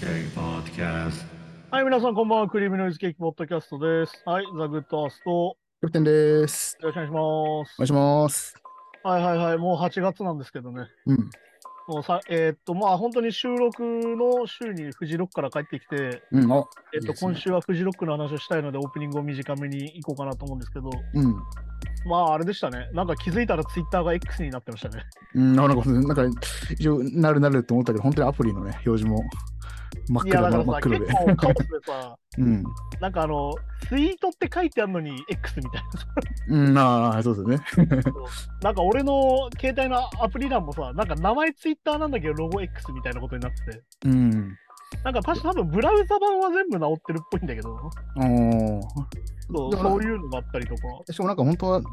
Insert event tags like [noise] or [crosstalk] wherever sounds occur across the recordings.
Cake Podcast. はい、皆さんこんばんは。クリームノイズケーキポッドキャストです。はい、ザ・グッドアースト、よキャプテンです。ろしくお願いしお願まいします。す。はいはいはい、もう8月なんですけどね。うん。もうさえーっと、まあ本当に収録の週にフジロックから帰ってきて、うん。あ、えいいーっと、ですね今週はフジロックの話をしたいので、オープニングを短めに行こうかなと思うんですけど、うん。まああれでしたね。なんか気づいたらツイッターが X になってましたね。うん、なんか、なんか、一応、なるなると思ったけど、本当にアプリのね、表示も真っいや、黒だかで、真らっさ、黒結で。構カオスでさ、うん。なんかあの、ツイートって書いてあるのに X みたいな。うん、ああ、そうですよね。なんか俺の携帯のアプリ欄もさ、なんか名前ツイッターなんだけどロゴ X みたいなことになってて、うん。なんか確か多分ブラウザ版は全部直ってるっぽいんだけど、おそだうからそういうのがあったりとか、しかもなんか本当は、ん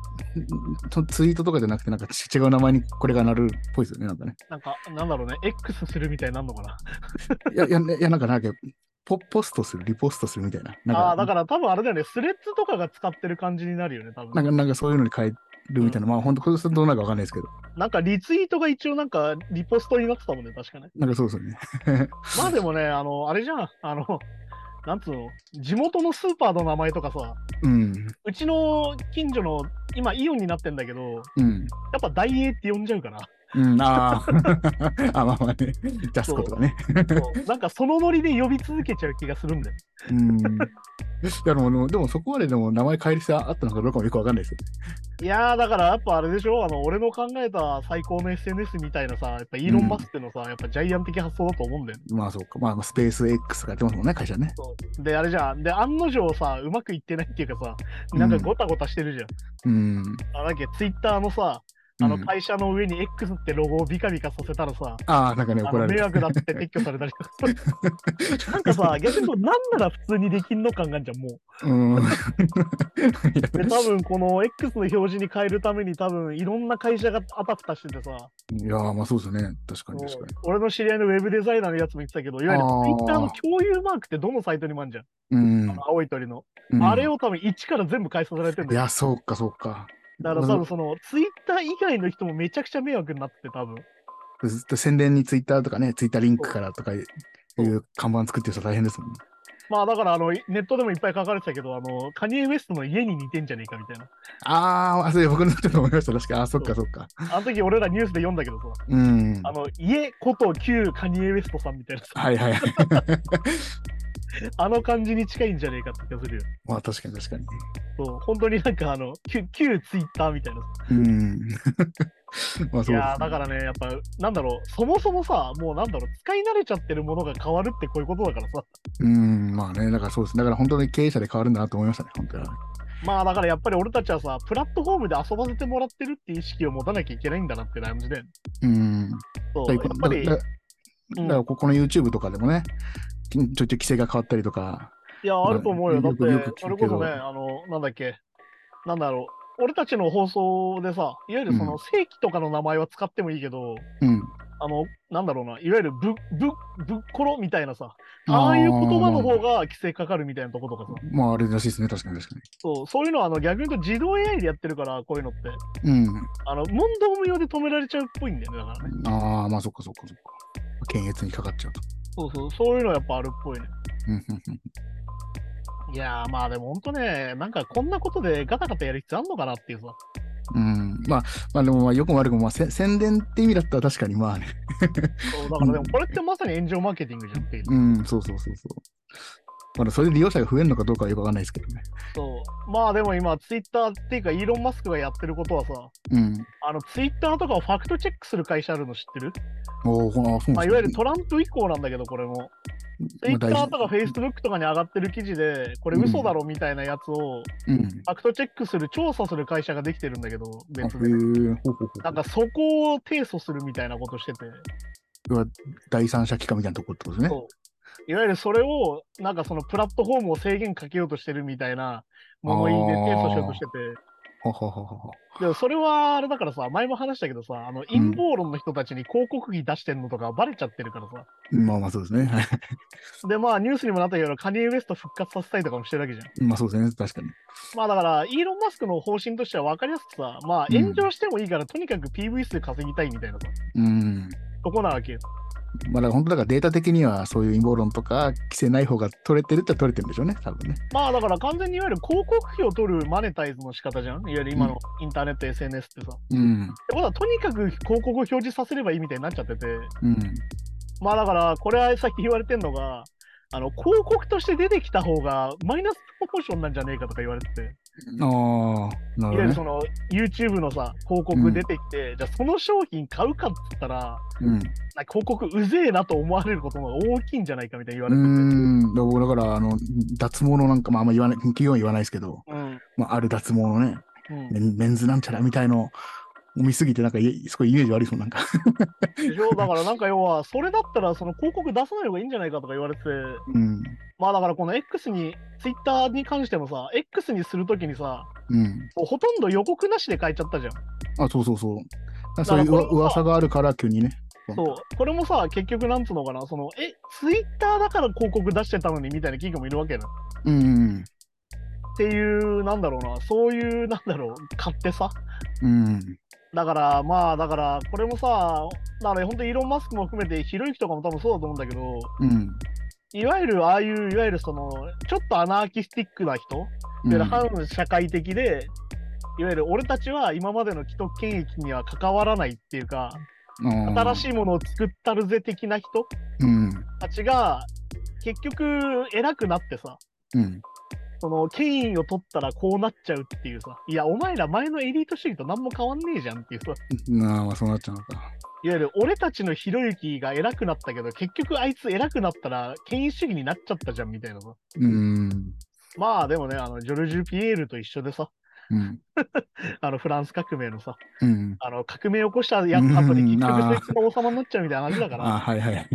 そのツイートとかじゃなくて、なんか違う名前にこれがなるっぽいですよね、なんかね。なんかなんだろうね、X するみたいになるのかな。いや、いや、ねいやなんか、なんか、ポポストする、リポストするみたいな。なんあか、あー、だなから多分あれだよね、スレッズとかが使ってる感じになるよね、多分。なんんかか、なんかそういうのに変えるみたいな。まあ、本当これどうなるかわかんないですけど。リツイートが一応なんかリポストになってたもんね、確かね。なんかそうですよね。まあでもね、あの、あれじゃん、あの、なんつうの、地元のスーパーの名前とかさ、うん。うちの近所の、今イオンになってんだけど、うん。やっぱ大英って呼んじゃうから。うん、あーあ、まあまあね、ジャスコとかね。そうなんかそのノリで呼び続けちゃう気がするんだよ。うん。いやでも、でもでもそこまででも名前変える必要あったのかどうかもよくわかんないですよ。いやーだからやっぱあれでしょあの俺の考えた最高の SNS みたいなさやっぱイーロン・マスクのさ、やっぱジャイアン的発想だと思うんだよ、ねまあそうか、まあまあスペース X とかやってますもんね、会社ね。そう。であれじゃんで案の定さうまくいってないっていうかさなんかごたごたしてるじゃうん。ん。あなんかツイッターのさあのうん会社の上に X ってロゴをビカビカさせたらさ、ああ、なんかね、あ怒のられ迷る。惑だって撤去されたりとかなんかさ逆に言うとなんなら普通にできんの感があんじゃんもう。 [laughs] うん。いで多分この X の表示に変えるために多分いろんな会社があたふたしててさやいやー、まあそうですよね。確かに確か俺の知り合いのウェブデザイナーのやつも言ってたけどいわゆるあー Twitter の共有マークってどのサイトにもあるじゃん、に。うん。あの青い鳥の、うんあれを多分一から全部返さされてるんいだよや、そうか、そうか。だから多分その Twitter 以外の人もめちゃくちゃ迷惑になってて多分ずっと宣伝にツイッターとかね、ツイッターリンクからとかいう看板作ってる人大変ですもんね。まあだからあのネットでもいっぱい書かれてたけどあのカニエ・ウェストの家に似てんじゃねえかみた [laughs] いなあーあ、それ僕のちょっと思いました。確か、あーそっかそっか。あの時俺らニュースで読んだけどさうん。あの家こと旧カニエ・ウェストさんみたいなさはいはいはい。あの感じに近いんじゃねえかって気がするよ [laughs] まあ確かに確かに。そう、本当になんかあの、旧旧ツイッターみたいな。うん。 [laughs] まあいそうです、ね。やーだからね、やっぱ、なんだろう、そもそもさ、もうなんだろう、使い慣れちゃってるものが変わるってこういうことだからさ。うん、まあね、だからそうです。だから本当に経営者で変わるんだなと思いましたね、本当に。まあだからやっぱり俺たちはさ、プラットフォームで遊ばせてもらってるっていう意識を持たなきゃいけないんだなって感じで。うん。だそう、かやらっぱり、だからだからここの YouTube とかでもね、ちょいちょい規制が変わったりとか、いや、あると思うよ。だよっくよくて聞く、けどそれこそね、あの、なんだっけ、なんだろう、俺たちの放送でさ、いわゆるそうのん正規とかの名前は使ってもいいけど、うん。あの、なんだろうな、いわゆるぶ、ぶ、ぶっころみたいなさ、ああいう言葉の方が規制かかるみたいなとことかさ、まああれらしいですね、確かに確かそうそういうのはあの逆に言うと自動 AI でやってるから、こういうのって、に。うん。あの問答無用で止められちゃうっぽいんだよね、だからね。ああ、まあそっかそっかそっか。検閲にかかっちゃうと。そうそう、そういうのやっぱあるっぽいね。うんうんうんいやー、まあでも本当ね、なんかこんなことでガタガタやる必要あんのかなっていうさ、うん、まあ、まあでも、まあ、よくも悪くも、まあ、せ宣伝って意味だったら確かに、まあね。そうだからでもこれってまさに炎上マーケティングじゃんっ [laughs] ていう。うん、そうそうそうそう。まだそれで利用者が増えるのかどうかはよくわかんないですけどね。そうまあでも今、ツイッターっていうか、イーロン・マスクがやってることはさ、うん。あのツイッターとかをファクトチェックする会社あるの知ってる、おお、ほな、そうまなあ、んいわですねゆるトランプ以降なんだけど、これも。ツイまあッタ大事ーとかフェイスブックとかに上がってる記事で、これ嘘だろみたいなやつを、うん。ファクトチェックする、調査する会社ができてるんだけど、あへ別で。ーほうほうほうなんかそこを提訴するみたいなことしてて、要は第三者機関みたいなところってことですね。そういわゆるそれを、なんかそのプラットフォームを制限かけようとしてるみたいな物言いであー提訴しようとしてははははは。て、でもそれはあれだからさ、前も話したけどさ、あの陰謀論の人たちに広告費出してんのとかバレちゃってるからさ、まあまあそうですね。はいでまあニュースにもなったけど、カニエ・ウエスト復活させたいとかもしてるわけじゃん。まあそうですね。確かに。まあだから、イーロン・マスクの方針としては分かりやすくさ、まあうん炎上してもいいから、とにかく PV 数稼ぎたいみたいなさうん。とこなわけよ。まあ、だから本当だからデータ的にはそういう陰謀論とか規制ない方が取れてるって取れてるんでしょうね、多分ね。まあだから完全にいわゆる広告費を取るマネタイズの仕方じゃんいわゆる今のインターネット、SNS ってさ。ってうん。ことはとにかく広告を表示させればいいみたいになっちゃってて。うん。まあだからこれはさっき言われてんのが、あの広告として出てきた方がマイナスプロポーションなんじゃねえかとか言われてて、わゆああ、ないるほるどね。その YouTube のさ、広告出てきて、じゃあその商品買うかって言ったら、うん。なんか広告うぜえなと思われることの方が大きいんじゃないかみたいに言わうれてて。ん。だから、だからあの、脱毛のなんか、まあ、あんま言わない、企業は言わないですけど、うんまあ、ある脱毛のね、うんメンメンズなんちゃらみたいのを見すぎて、なんか、いすごいイメージ悪いそう、なんか。でしょだからなんか要は、それだったらその広告出さない方がいいんじゃないかとか言われてて、うん。まあだからこの X に、Twitter に関してもさ、X にするときにさ、うん。もうほとんど予告なしで変えちゃったじゃん。あ、そうそうそう。だからそういうだからこれわは噂があるから、急にね。そう。これもさ、結局なんつうのかな、その、え、Twitter だから広告出してたのにみたいな企業もいるわけな。うん。っていう、なんだろうな、そういう、なんだろう、勝手さ。うん。だからまあだからこれもさだから本当イーロン・マスクも含めてひろゆきとかも多分そうだと思うんだけどうん。いわゆるああいういわゆるそのちょっとアナーキスティックな人で、反社会的でいわゆる俺たちは今までの既得権益には関わらないっていうか新しい。いものを作ったるぜ的な人うん。たちが結局偉くなってさうん。その権威を取ったらこうなっちゃうっていうさいやお前ら前のエリート主義と何も変わんねえじゃんっていうさなあ、まあそうなっちゃうのか。いわゆる俺たちのひろゆきが偉くなったけど結局あいつ偉くなったら権威主義になっちゃったじゃんみたいなさうん。まあでもねあのジョルジュ・ピエールと一緒でさうん。あのフランス革命のさうん。あの革命を起こしたやった後に結うんあ局ーそいつが王様になっちゃうみたいな話だかあ、らはいはい。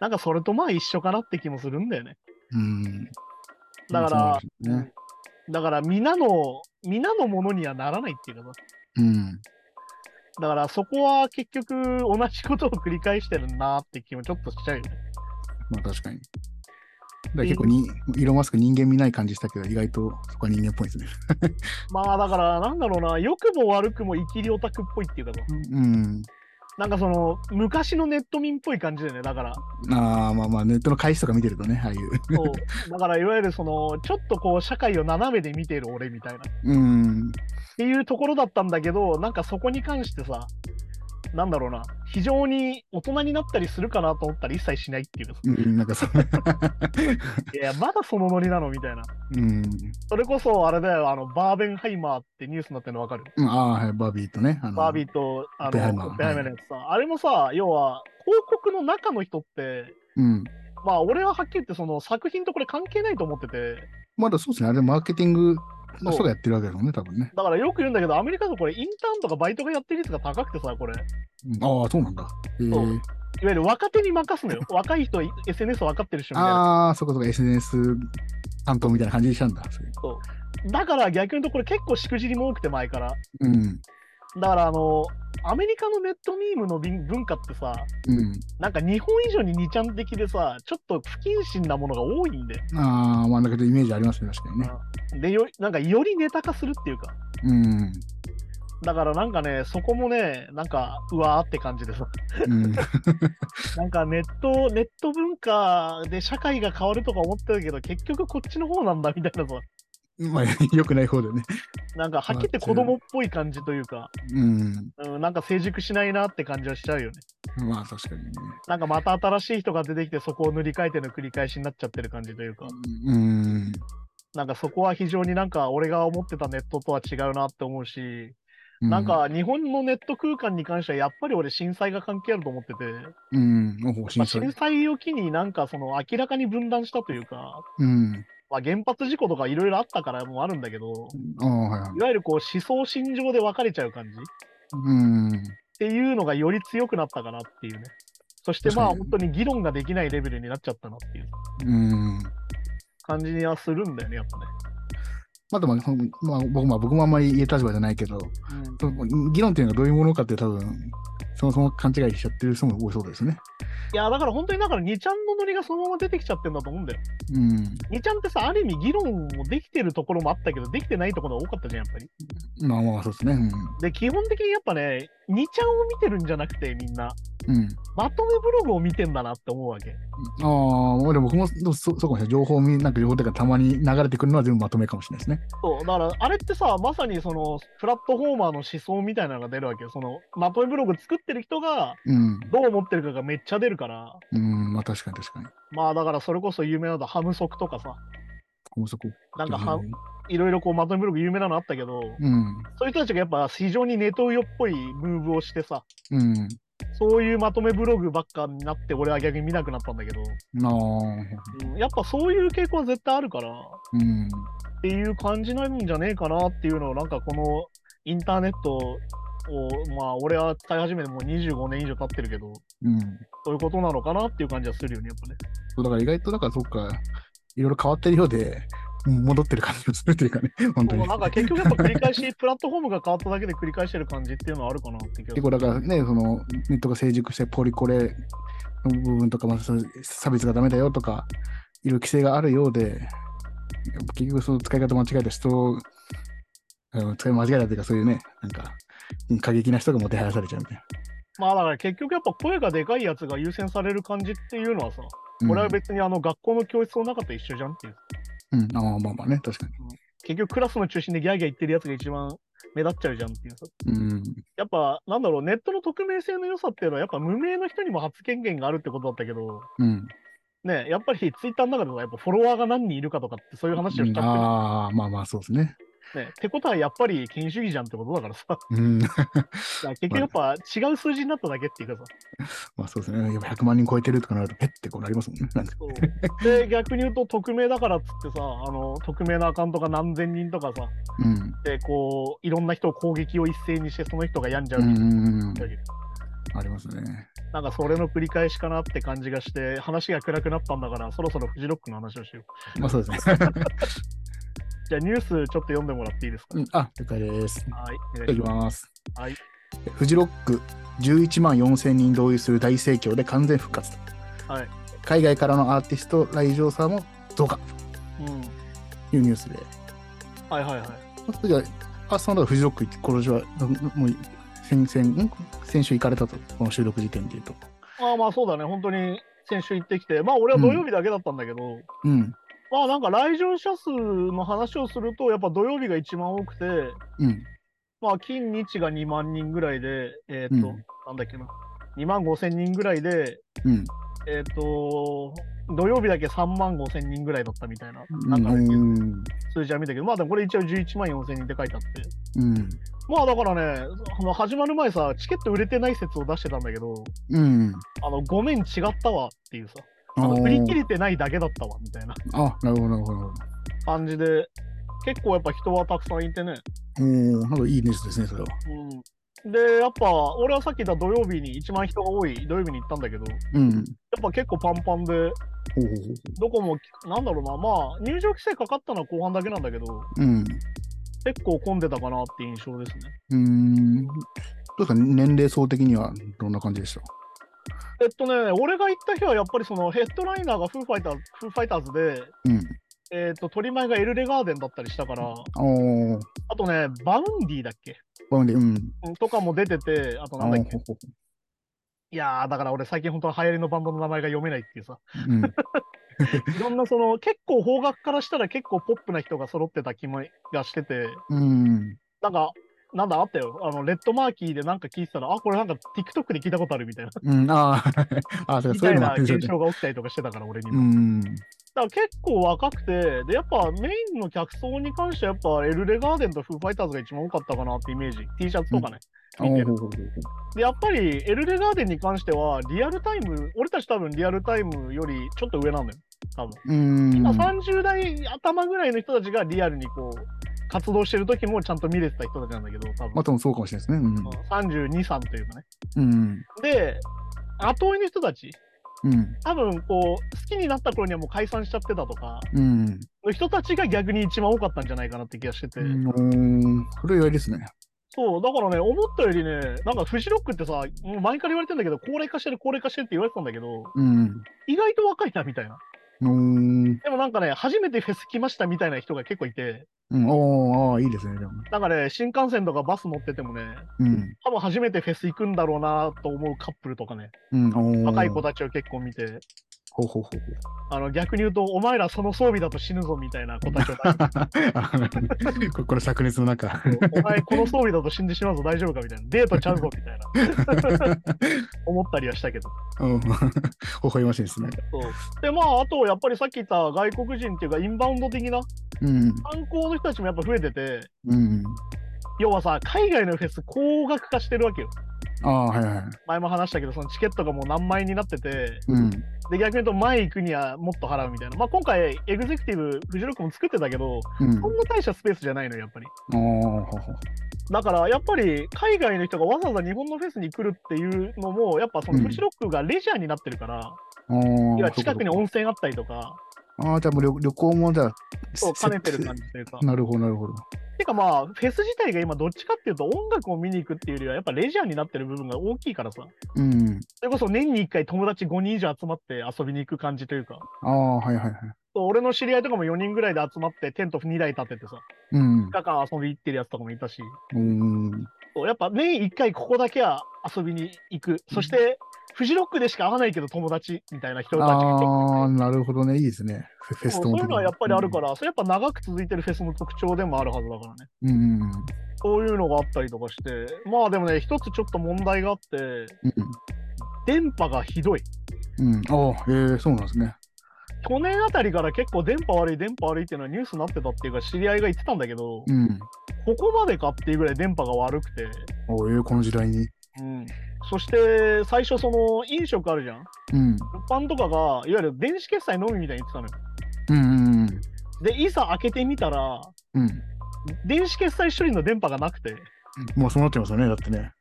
なんかそれとまあ一緒かなって気もするんだよねうん。だからそうなんでだから皆の皆のものにはならないっていうかさすよね。だからそこは結局同じことを繰り返してるなって気もちょっとしちゃうよねうん。まあ確かに。だから結構に、イーロンマスク人間味ない感じしたけど、意外とそこは人間っぽいですね。まあだからなんだろうな良くも悪くも生きりオタクっぽいっていうかさうん。なんかその昔のネット民っぽい感じだよねだからああ、まあまあ、ネットの開始とか見てるとね、ああいう。 [laughs] そうだからいわゆるそのちょっとこう社会を斜めで見てる俺みたいなっうん。ていうところだったんだけどなんかそこに関してさなんだろうな非常に大人になったりするかなと思ったら一切しないっていうかさうん、なん [laughs] かそう。いやまだそのノリなのみたいなうん。それこそあれだよあのバーベンハイマーってニュースになってるの分かるうんああ、はい、バービーとね。あのバービーとあオッペンハイのマーオッペンハイマーのやつさあれもさ要は広告の中の人ってうん。まあ俺ははっきり言ってその作品とこれ関係ないと思っててまだそうですね、あれマーケティングの人そうがやってるわけだもんね、多分ね。だからよく言うんだけど、アメリカだとこれ、インターンとかバイトがやってる率が高くてさ、これ、いわうんああ、そうなんだ。えそーう、ゆる若手に任すのよ。若い人、SNS 分かってる人みたいな。ああ、そこそこ SNS 担当みたいな感じにしたんだ。それだから逆に言うと、これ結構しくじりも多くて、前から。うん。だから、あの、アメリカのネットミームのびん文化ってさ、うん。なんか日本以上に2ちゃん的でさ、ちょっと不謹慎なものが多いんで、ああ、まあ、なんかちょっとイメージありますね、確かにね。でよなんかよりネタ化するっていうか、うん。だからなんかね、そこもね、なんか、うわーって感じでさ、うん。なんかネット、ネット文化で社会が変わるとか思ってたけど、結局こっちの方なんだみたいなさ、 [laughs] まあ、良くない方だよね。なんかはっきり言って子供っぽい感じというか、うん。うん、なんか成熟しないなって感じはしちゃうよね。まあ、確かにね。なんかまた新しい人が出てきて、そこを塗り替えての繰り返しになっちゃってる感じというか、うん。なんかそこは非常になんか俺が思ってたネットとは違うなって思うし、うなん、か日本のネット空間に関してはやっぱり俺震災が関係あると思ってて、うん。おまあ震災震。災を機になんかその明らかに分断したというか、うん。まあ、原発事故とかいろいろあったからもあるんだけど、ああ、はいはいい。わゆるこう思想心情で分かれちゃう感じっうん。ていうのがより強くなったかなっていうね。そしてまあ確か本当に議論ができないレベルになっちゃったなっていううん。感じにはするんだよね、やっぱね。まあ、でも、まあ、僕も、僕もあんまり言えた立場じゃないけど、議論っていうのがどういうものかって多分、そもそも勘違いしちゃってる人も多いそうですね。いや、だから本当にだから2ちゃんのノリがそのまま出てきちゃってんだと思うんだよ。うん。 2ちゃんってさ、ある意味議論もできてるところもあったけど、できてないところが多かったじゃん、やっぱり。まあまあ、そうですね。で、基本的にやっぱね、2ちゃんを見てるんじゃなくて、みんな、うん。うん。まとめブログを見てんだなって思うわけ。ああ、まあでも僕もでもそうそうかもしれない。情報み、なんか情報というかたまに流れてくるのは全部まとめかもしれないですね。そう、だからあれってさ、まさにその、プラットフォーマーの思想みたいなのが出るわけよ。その、まとめブログ作ってる人が、うん。どう思ってるかがめっちゃ出るから、うん、まあ確かに確かに。まあだからそれこそ有名なのハムソクとかさ、高速。なんかはうんいろいろこうまとめブログ有名なのあったけど、うん。そういう人たちがやっぱ非常にネトウヨっぽいムーブをしてさ、うん。そういうまとめブログばっかになって俺は逆に見なくなったんだけど、なあ、うんやっぱそういう傾向は絶対あるから、うん。っていう感じなんじゃねえかなっていうのをなんかこのインターネットをまあ俺は使い始めてもう25年以上経ってるけどうん。そういうことなのかなっていう感じはするよねやっぱねそうだから意外と、だからそっか、いろいろ変わってるようで、うん戻ってる感じがするというかね、 [laughs] 本当そうにな。んか結局やっぱ繰り返しプラットフォームが変わっただけで繰り返してる感じっていうのはあるかなって気がす結る構だからね、そのネットが成熟してポリコレの部分とか、まあ、そういう差別がダメだよとか、いろいろ規制があるようで、結局その使い方間違えた人を、うん使い間違えたというか、そういうね、なんか、過激な人がもてはやされちゃうみたいな。まあだから結局やっぱ声がでかいやつが優先される感じっていうのはさ、うん、俺は別にあの学校の教室の中と一緒じゃんっていううん、ああまあまあね、確か結局クラスの中心でギャーギャー言ってるやつが一番目立っちゃうじゃんっていうさに。うん、やっぱなんだろうネットの匿名性の良さっていうのはやっぱ無名の人にも発言権があるってことだったけどうん。ねやっぱりツイッターの中でもやっぱフォロワーが何人いるかとかってそういう話をしたってるああ、まあまあ、そうですね。ねってことはやっぱり権威主義じゃんってことだ [laughs] からさだかうん、ら結局やっぱ違う数字になっただけっていう [laughs] かさまあそうですね。やっぱ100万人超えてるとかなると、ペッてこうなりますもんね。なんかそうで逆に言うと匿名だからっつってさあの匿名なアカウントが何千人とかさうん、でこういろんな人を攻撃を一斉にしてその人が病んじゃううみたいんな、うん、うん、ありますね。なんかそれの繰り返しかなって感じがして話が暗くなったんだからそろそろフジロックの話をしようまあそうですね。じゃあニュースちょっと読んでもらっていいですか、うんあ、了解です。はいお願いたいだしきますます。はい。フジロック11万4000人動員する大盛況で完全復活と。はい。海外からのアーティスト来場者も増加うんというニュースで。はいはいはいその時は、あそのだフジロック行って、今年は、うんもう先先ん先週行かれたと、この収録時点で言うと。ああまあそうだね、本当に先週行ってきて、まあ俺は土曜日だけだったんだけど、うん、まあなんか来場者数の話をすると、やっぱ土曜日が一番多くて、うん、まあ金日が2万人ぐらいで、えっ、と、うんなんだっけな、2万5千人ぐらいで、うん。えっ、と、土曜日だけ3万5千人ぐらいだったみたいな、うなんかねん、数字は見たけど、まあでもこれ一応11万4千人って書いてあって、うん、まあだからね、あの始まる前さ、チケット売れてない説を出してたんだけど、うん。あの、ごめん違ったわっていうさ、ああのー売り切れてないだけだったわみたいな。あ、なるほど、なるほど。感じで、結構やっぱ人はたくさんいてね。おーなんかいいニュースですね、それは。うん、で、やっぱ俺はさっき言った土曜日に一番人が多い土曜日に行ったんだけど、やうん。っぱ結構パンパンで、ほうほうほどこも、なんだろうな、まあ入場規制かかったのは後半だけなんだけど、う。うん。結構混んでたかなって印象ですね。うーん。どうですか、年齢層的にはどんな感じでしたえっとね、俺が行った日はやっぱりそのヘッドライナーがフーファイターズフーファイターズで、うん。えっと取り前がエルレガーデンだったりしたから、ああ、あとね、バウンディだっけバウンディ、うん。うんとかも出てて、あとあなんだっーほけうほういやー、だから俺最近本当は流行りのバンドの名前が読めないっていうさ。うん。いろんなその [laughs] 結構方角からしたら結構ポップな人が揃ってた気もがしてて、うん。なんか、なんだあったよ。あの、レッドマーキーでなんか聞いてたら、あ、これなんか TikTok で聞いたことあるみたいな、うん。ああ、あーそうかみそうたいういのもなあるんですよ現ね。象が起きたりとかしてたから、俺にうも。ん。だから結構若くて、で、やっぱメインの客層に関してはやっぱエルレガーデンとフーファイターズが一番多かったかなってイメージ。T シャツとかね。あー見てるほうほうほうほで、やっぱりエルレガーデンに関しては、リアルタイム、俺たち多分リアルタイムよりちょっと上なんだよ。多分。ううん。今30代頭ぐらいの人たちがリアルにこう活動してる時もちゃんと見れてた人たちなんだけど多分、まあ、多分そうかもしれないですね。 323というかねうん。うん。で後追いの人たちうん。多分こう好きになった頃にはもう解散しちゃってたとかうん。の人たちが逆に一番多かったんじゃないかなって気がしてて、うん。それは意外ですね。そう、だからね、思ったよりね、なんかフジロックってさ、もう前から言われてんだけど、高齢化してる、高齢化してるって言われてたんだけど、うん。意外と若いなみたいな。うーん。でもなんかね、初めてフェス来ましたみたいな人が結構いて、うん、おーあー、いいですね、でも。なんかね、新幹線とかバス乗っててもね、うん。多分初めてフェス行くんだろうなと思うカップルとかね、うん、おー若い子たちを結構見て、ほうほうほうあの逆に言うと、お前らその装備だと死ぬぞみたいな子たちを、 [laughs] ほう。 [laughs] ここれ、炸裂の中。お前この装備だと死んでしまうぞ、大丈夫かみたいな、デートちゃうぞみたいな、 [laughs] 思ったりはしたけど。うん。 [laughs] 微笑ましいですね。で、まあ、あと、やっぱりさっき言った外国人っていうか、インバウンド的なうん。観光の人たちもやっぱ増えてて、うん。要はさ、海外のフェス高額化してるわけよ。ああ、はいはい。前も話したけど、そのチケットがもう何万円になってて、うん。で、逆に言うと前行くにはもっと払うみたいな。まあ、今回、エグゼクティブ、フジロックも作ってたけど、うんそ。んな大したスペースじゃないのよ、やっぱり。ああ、ほうほう。だから、やっぱり、海外の人がわざわざ日本のフェスに来るっていうのも、やっぱそのうんフジロックがレジャーになってるから、あー要は近くにそう温か泉あったりとか、そうかあー、じゃあもう旅旅行もじゃあ、そう、兼ねてるせ感じというか。なるほど、なるほど。てかまあ、フェス自体が今どっちかっていうと音楽を見に行くっていうよりはやっぱレジャーになってる部分が大きいからさ。うん。それこそ年に1回友達5人以上集まって遊びに行く感じというか。ああ、はいはいはい。そう俺の知り合いとかも4人ぐらいで集まってテント2台立ててさ、うん2。日間遊び行ってるやつとかもいたし、うん。そうやっぱ年1回ここだけは遊びに行く。そして、フジロックでしか会わないけど友達みたいな人たちが結ああ、構いてなるほどね。いいですね。フェフェそスうトそうのいう時のはやっぱりあるか。ら、それやっぱ長く続いてるフェスの特徴でもあるはずだからね。うん。うん。そういうのがあったりとかして、まあでもね、一つちょっと問題があって、電波がひどい。うん。うん、ああ、ええそうなんですね。去年あたりから結構電波悪い、電波悪いっていうのはニュースになってたっていうか、知り合いが言ってたんだけど、うん。ここまでかっていうぐらい電波が悪くて、おええこの時代に。うん、そして最初、その飲食あるじゃん。うん。物販とかが、いわゆる電子決済のみみたいに言ってたのよ。うん。うん。で、いざ開けてみたら、うん。電子決済処理の電波がなくて、もうそうなってますよね。だってね。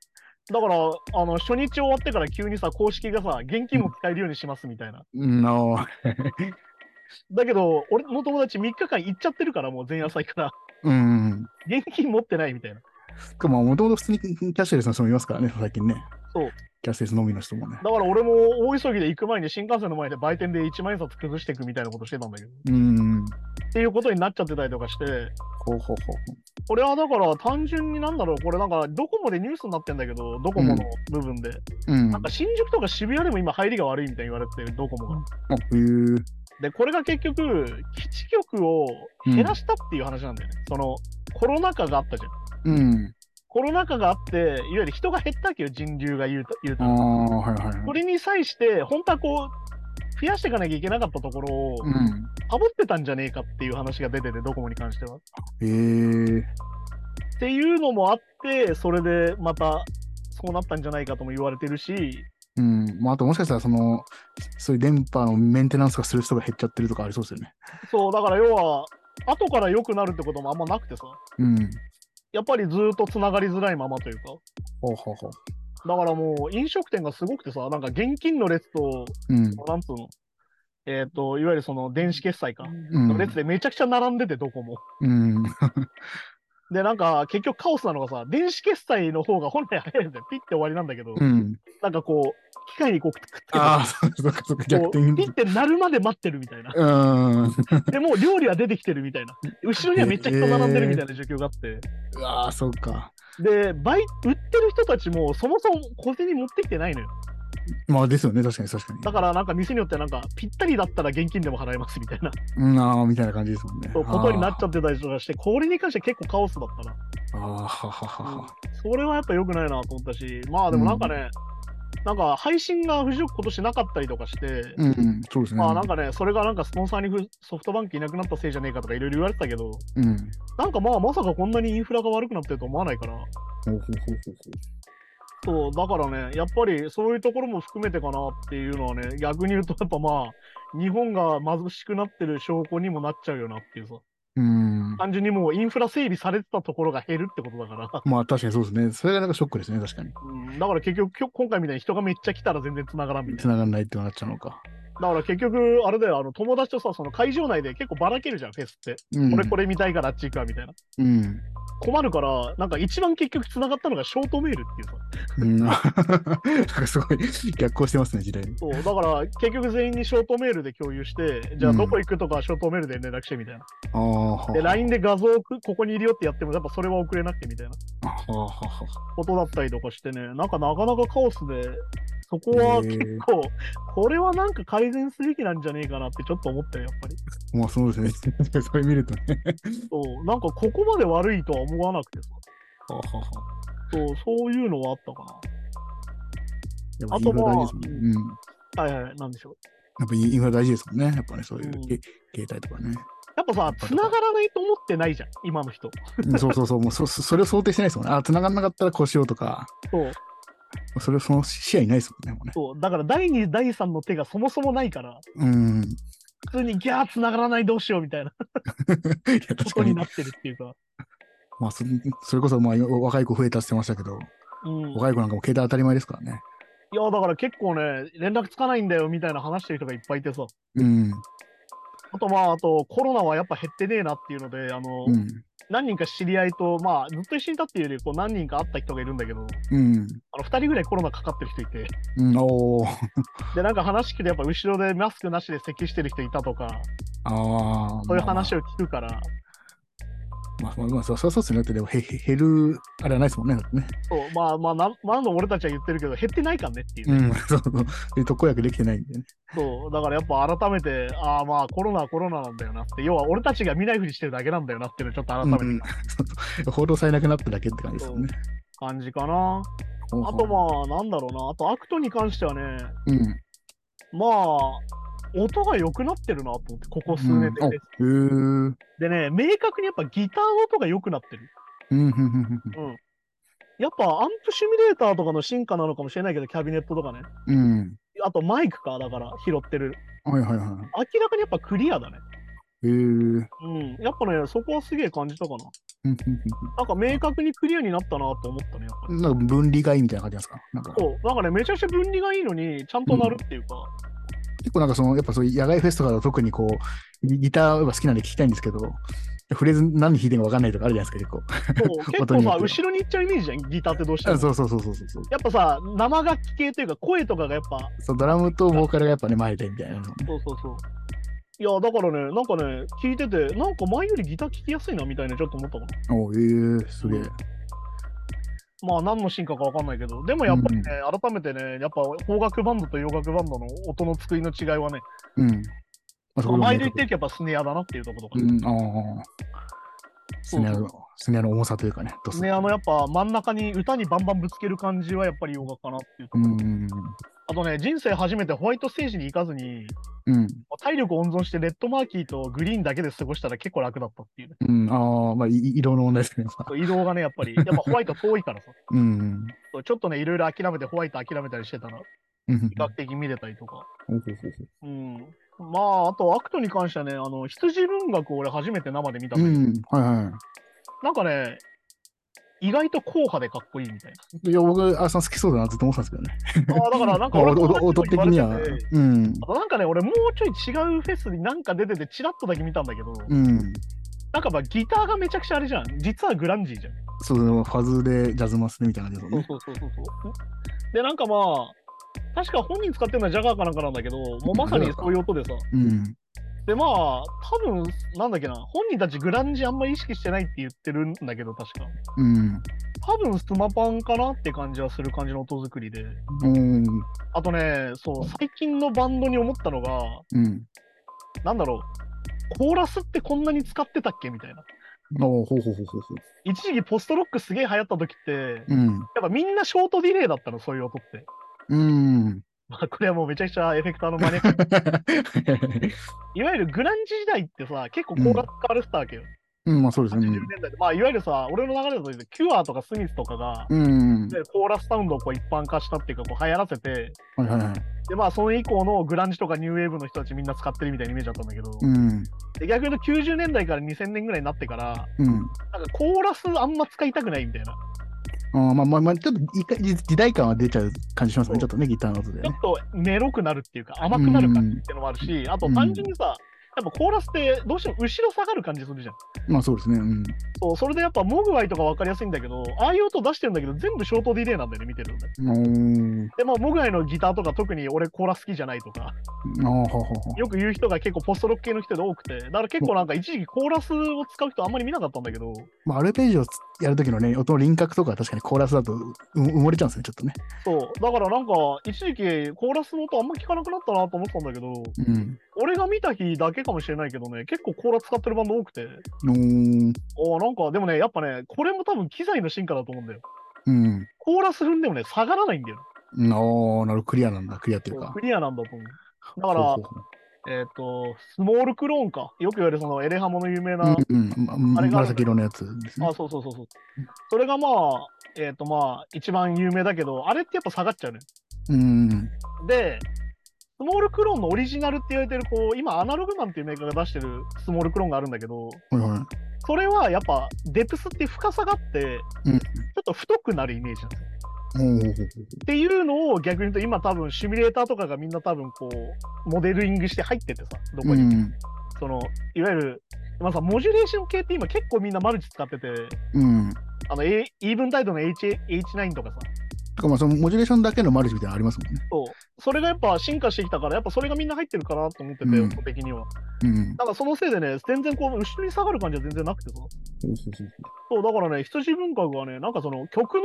だから、あの初日終わってから急にさ、公式がさ、現金も使えるようにしますみたいな。うん、ああ。だけど、俺の友達3日間行っちゃってるから、もう前夜祭から。うん。現金持ってないみたいな。しかも、もともと普通にキャッシュレスの人もいますからね、最近ね。そう。キャッシュレスのみの人もね。だから俺も大急ぎで行く前に新幹線の前で売店で1万円札崩していくみたいなことしてたんだけど。うん。っていうことになっちゃってたりとかして、ほうほうほうこれはだから単純になんだろう、これなんかドコモでニュースになってんだけど、ドコモの部分で。ほう。うん。なんか新宿とか渋谷でも今入りが悪いみたいに言われてる、ドコモが。あ、へえ。で、これが結局、基地局を減らしたっていう話なんだよね。その、コロナ禍があったじゃん。うん。コロナ禍があって、いわゆる人が減ったわけよ、人流が言うと。言うあとあ、はいはいそはい。れに際して、本当はこう、増やしていかなきゃいけなかったところを、うん。サボってたんじゃねえかっていう話が出てて、ドコモに関しては。ええ。っていうのもあって、それでまた、そうなったんじゃないかとも言われてるし、うん、まあ、あともしかしたら、その、そういう電波のメンテナンスがする人が減っちゃってるとかありそうですよね。そう、だから要は、後から良くなるってこともあんまなくてさ、うん。やっぱりずっとつながりづらいままというか、ほうほうほう。だからもう飲食店がすごくてさ、なんか現金の列と、うん。なんつうの、えっ、と、いわゆるその電子決済か、うんの。列でめちゃくちゃ並んでて、ドコモ。うん。で、なんか、結局カオスなのがさ、電子決済の方が本来早いんだよ。ピッて終わりなんだけど、うん。なんかこう、機械にこう、くっつけて [laughs] ああ、さ、そうそうか、そうか、逆こう転。ピッて鳴るまで待ってるみたい [laughs] な。うん。うでも、料理は出てきてるみたいな。後ろにはめっちゃ人並んでるみたいな状況があって。わあ、そうか。で、売売ってる人たちも、そもそも小銭持ってきてないのよ。まあ、ですよね、確かに確かに。だから、なんか店によってはなんか、ぴったりだったら現金でも払えますみたいなうん、ああ、みたいな感じですもんね。そうことになっちゃっってたりとかして、これに関しては結構カオスだったな。た。ああ、はははは。それはやっぱ良くないなと思ったし、まあでもなんかね、なんか配信がフジロック今年なかったりとかして、うん、そうですね。まあなんかね、それがなんかスポンサーにフソフトバンクいなくなったせいじゃねえかとかいろいろ言われてたけど、うん。なんかまあまさかこんなにインフラが悪くなってると思わないから、ほうほうほうほうほう。そう、だからね、やっぱりそういうところも含めてかなっていうのはね、逆に言うとやっぱまあ、日本が貧しくなってる証拠にもなっちゃうよなっていうさ、うん。単純にもうインフラ整備されてたところが減るってことだから。まあ、確かにそうですね。それがなんかショックですね、確かに。うんだから結局きょ今回みたいに人がめっちゃ来たら全然繋がらんみたい繋がんないってなっちゃうのか。だから結局、あれだよ、あの友達とさ、その会場内で結構ばらけるじゃん、フェスって。うんこれこれ見たいからあっち行くわみたいな。うん。困るから、なんか一番結局つながったのがショートメールっていうさ。うん、 [laughs] なんかすごい逆行してますね、時代に。そうだから結局全員にショートメールで共有して、じゃあうんどこ行くとかショートメールで連絡してみたいな。ああ、はあで、LINE で画像を送ここにいるよってやっても、やっぱそれは送れなくてみたいなはあはあはことだったりとかしてね、なんかなかなかカオスで、そこは結構、これはなんか改善すべきなんじゃねえかなってちょっと思ったよ、やっぱり。あ。まあそうですね。 [laughs] それ見るとね。そうなんかここまで悪いとは思わなくてさ。はあはあはあそう、そういうのはあったかあとまあな。やっぱインフラ大事ですもんね。うん。やはいはい、なんでしょう。っぱインフラ大事ですもんね。やっぱね、そういう、うんけ携帯とかね。やっぱさ、繋がらないと思ってないじゃん、今の人。うんそうそうそう、もうそ [laughs] そそれを想定してないですもんね。あ、繋がんなかったらこうしようとか、そう、それをその視野にないですもんね。もうねそう。だから第2、第3の手がそもそもないから、うん。い普通にギャー繋がらないどうしようみたいなや、こ確とかにに。なってるっていうか。まあそ、それこそ、まあ、今若い子増えたって言ってましたけど、うん、い若い子なんかも携帯当たり前ですからね。や、だから結構ね、連絡つかないんだよみたいな話してる人がいっぱいいてさ。うん。あとまあ、あとコロナはやっぱ減ってねえなっていうので、あの、うん。何人か知り合いと、まあ、ずっと一緒にいたっていうより、こう何人か会った人がいるんだけど、うん。あの2人ぐらいコロナかかってる人いて、うん、おー。で、なんか話聞くと、やっぱ後ろでマスクなしで咳してる人いたとか、ああ。そういう話を。を聞くから、まあ、まあ、まあ、そうそうそうですね。だって、でも、へ、へ減る、あれはないですもんね。だってねそう、まあまあ、なん何度も俺たちは言ってるけど、減ってないかんねっていう。うん。 [laughs] そうそう。で、特効薬できてないんでね。そう、だからやっぱ改めて、ああまあ、コロナはコロナなんだよなって、要は俺たちが見ないふりしてるだけなんだよなっていうのをちょっと改うんめうてん、そうそう報道されなくなっただけって感じですもんね。感じかな。ああとまあ、なんだろうな、あとアクトに関してはね、うん、まあ、音が良くなってるなと思って、ここ数うん、年で、ねおへーでね、明確にやっぱギターの音が良くなってる。うんうんうんやっぱアンプシミュレーターとかの進化なのかもしれないけど、キャビネットとかね。うん。あとマイクか、だから拾ってる。うん。はいはいは明らかにやっぱクリアだね。い。へえ。うんうん。やっぱね、そこはすげえ感じたかな。うんなんか明確にクリアになったなと思ったね、やっぱうり。んなんか分離がいいみたいな感じなんですかなんかそう。なんかね、めちゃくちゃ分離がいいのに、ちゃんとなるっていうか、結構なんかそのやっぱそういう野外フェスとかだと特にこうギギターが好きなんで聞きたいんですけどフレーズ何弾いてるか分かんないとかあるじゃないですか結そう結 [laughs] 音構によさ、っては後ろに行っちゃうイメージじゃん、ギターってどうして構も。あそうそうそうそうそうそうやっぱさ、生楽器系というか、声とかがやっぱ、そうドラムとボーカルがやっぱね前でみたいなのそうそうそう。いや、だからね、なんかね、聞いてて、なんか前よりギター聴きやすいなみたいな、ちょっと思ったかな。おええすげえまあ何の進化かわかんないけど、でもやっぱりね、改めてね、やっぱ邦楽バンドと洋楽バンドの音の作りの違いはね、うんあまあ毎度言ってるけどやっぱスネアだなっていうところとか、うんああスネアそうのスネアの重さというかねどうスネアのやっぱ真ん中に歌にバンバンぶつける感じはやっぱり洋楽かなっていうとうころ、んあとね、人生初めてホワイトステージに行かずに、うん体力温存してレッドマーキーとグリーンだけで過ごしたら結構楽だったっていうね。うんああまあい色の問題ですけどさ移動がね、やっ [laughs] ぱり、やっぱホワイト遠いからさ、うんそうちょっとね、いろいろ諦めてホワイト諦めたりしてたら、比うんうん較的見れたりとか。ほうほうほうほうん。まあ、あと、アクトに関してはね、あの、羊文学を俺初めて生で見たんうだけどうんはいはいなんかね、意外と硬派でかっこいいみたいいや、僕、あさん好きそうだなずっと思ってたんですけどね。 [laughs] な。ああ、だからなんかまあ俺おお友音達的もに言はわれてて。うん。あとなんかね、俺もうちょい違うフェスになんか出てて、チラッとだけ見たんだけど、うん。なんかまあギターがめちゃくちゃあれじゃん。実はグランジーじゃん。そうそうファズでジャズマスねみたいな感じですもそうんね。そうそうそうそう。で、なんかまあ、確か本人使ってるのはジャガーかなんかなんだけど、もうまさにそういう音でさ。うん。で、まあ、多分なんだっけな、本人たちグランジーあんまり意識してないって言ってるんだけど、確か。うん。多分スマパンかなって感じはする感じの音作りで。うん。あとね、そう、最近のバンドに思ったのが、うん。なんだろう、コーラスってこんなに使ってたっけみたいな。おーほうほうほうほうほう。一時期ポストロックすげえ流行った時って、やっうん。ぱみんなショートディレイだったの、そういう音って。うん。 [laughs] ま [laughs] あ、これはもうめちゃくちゃエフェクターの真似っこい。いわゆるグランジ時代ってさ、結構コーラス使われてたわけよ。うん、まあそうです80ね。年代で。まあ、いわゆるさ、俺の流れだと言うと、キュアとかスミスとかが、うん。うんいわゆるコーラスサウンドをこう一般化したっていうか、こう流行らせて、はいはいはい。で、まあ、その以降のグランジとかニューウェーブの人たちみんな使ってるみたいなイメージだったんだけど、うん。で逆に言うと90年代から2000年ぐらいになってから、うん。なんかコーラスあんま使いたくないみたいな。うんまあまあまあ、ちょっといか時時代感は出ちゃう感じしますね、ちそうょっとね、ギターの音でちょねっ。とネロくなるっていうか、甘くなる感じっていうのもあるし、あと単純にさ、やっぱコーラスってどうしても後ろ下がる感じするじゃん。まあそうですね、うん。そうそれでやっぱモグワイとか分かりやすいんだけど、ああいう音出してるんだけど、全部ショートディレイなんだよね、見てるのね。おーで、まあ、モグワイのギターとか特に俺コーラス好きじゃないとか、あーはははよく言う人が結構ポストロック系の人で多くて、だから結構なんか一時期コーラスを使う人あんまり見なかったんだけど、まあ、アルペジオやるときのね、音の輪郭とかは確かにコーラスだとう埋もれちゃうんですね、ちょっとね。そう、だからなんか一時期コーラスの音あんま聞かなくなったなと思ってたんだけど、うん。俺が見た日だけかもしれないけどね、結構コーラス使ってるバンド多くて、うーん。おなんかでもね、やっぱね、これも多分機材の進化だと思うんだよ。うん。コーラス踏んでもね、下がらないんだよ。うんおーなるほどクリアなんだ、クリアっていうか。クリアなんだと思う。だだから、えっ、と、スモールクローンか。よく言われるそのエレハモの有名な、うんうんまあれがある紫色のやつですねあ、。そうそうそうそう。それがまあ、えっ、とまあ、一番有名だけど、あれってやっぱ下がっちゃうね。うん。で、スモールクローンのオリジナルって言われてる、こう、今、アナログマンっていうメーカーが出してるスモールクローンがあるんだけど、はいはそれはやっぱ、デプスって深さがあって、うちんょっと太くなるイメージなんですよい。おーっていうのを逆に言うと今多分シミュレーターとかがみんな多分こうモデリングして入っててさどこうに、ん。そのいわゆる、まあ、さモジュレーション系って今結構みんなマルチ使っててうん。あの、A、イーブンタイドの H H9 とかさとかまあそのモジュレーションだけのマルチみたいなのありますもんね。そうそれがやっぱ進化してきたからやっぱそれがみんな入ってるかなと思ってて、うん音的にはうん。だからそのせいでね全然こう後ろに下がる感じは全然なくてさそうだからね羊文化がねなんかその曲の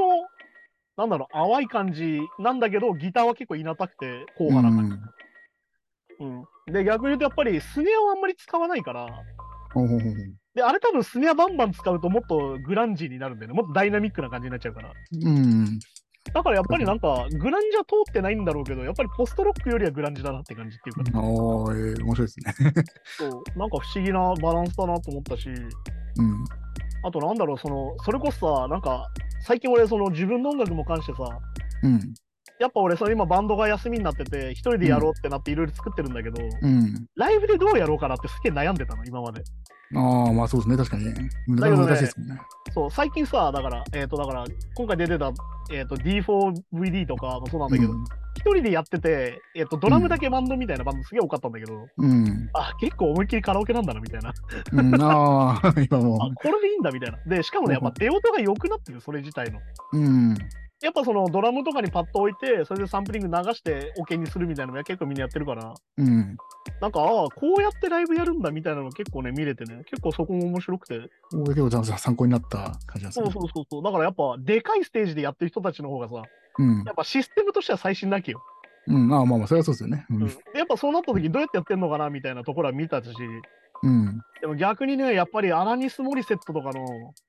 なんだろう淡い感じなんだけどギターは結構いなたくて硬う派な感じ、ん。うん、で逆に言うとやっぱりスネアをあんまり使わないからほうほうほうほうであれ多分スネアバンバン使うともっとグランジーになるんだよねもっとダイナミックな感じになっちゃうからうん。だからやっぱりなんかグランジは通ってないんだろうけどやっぱりポストロックよりはグランジだなって感じっていうか、おー、えー面白いですね。そうなんか不思議なバランスだなと思ったしうん。あとなんだろうそのそれこそさなんか最近俺その自分の音楽も関してさうん。やっぱ俺その今バンドが休みになってて一人でやろうってなっていろいろ作ってるんだけど、うん。ライブでどうやろうかなってすげえ悩んでたの今までああ、まあそうですね、確かにね。無だ駄けどね難しいですもんね。そう、最近さ、だから、えっ、と、だから、今回出てた、えっ、と、D4VD とかもそうなんだけど、一、人でやってて、えっ、と、ドラムだけバンドみたいなバンドすげえ多かったんだけど、うん。あ、結構思いっきりカラオケなんだな、みたいな。うん。うん、ああ、今あも、これでいいんだ、みたいな。で、しかもね、やっぱ出音が良くなってる、それ自体の。う。うん。やっぱそのドラムとかにパッと置いて、それでサンプリング流して、オ、ケにするみたいなのも結構みんなやってるから、うん。なんか、ああ、こうやってライブやるんだ、みたいなの結構ね、見れてね、結構そこも面白くて。これ結構ざんざん参考になった感じなんですそね。うそうそうそう。だからやっぱ、でかいステージでやってる人たちの方がさ、うんや。っぱシステムとしては最新なきよ。うん。ああ、まあまあ、それはそうですよね。うん。やっぱそうなった時どうやってやってんのかなみたいなところは見たし、うん。でも逆にね、やっぱりアラニス・モリセットとかの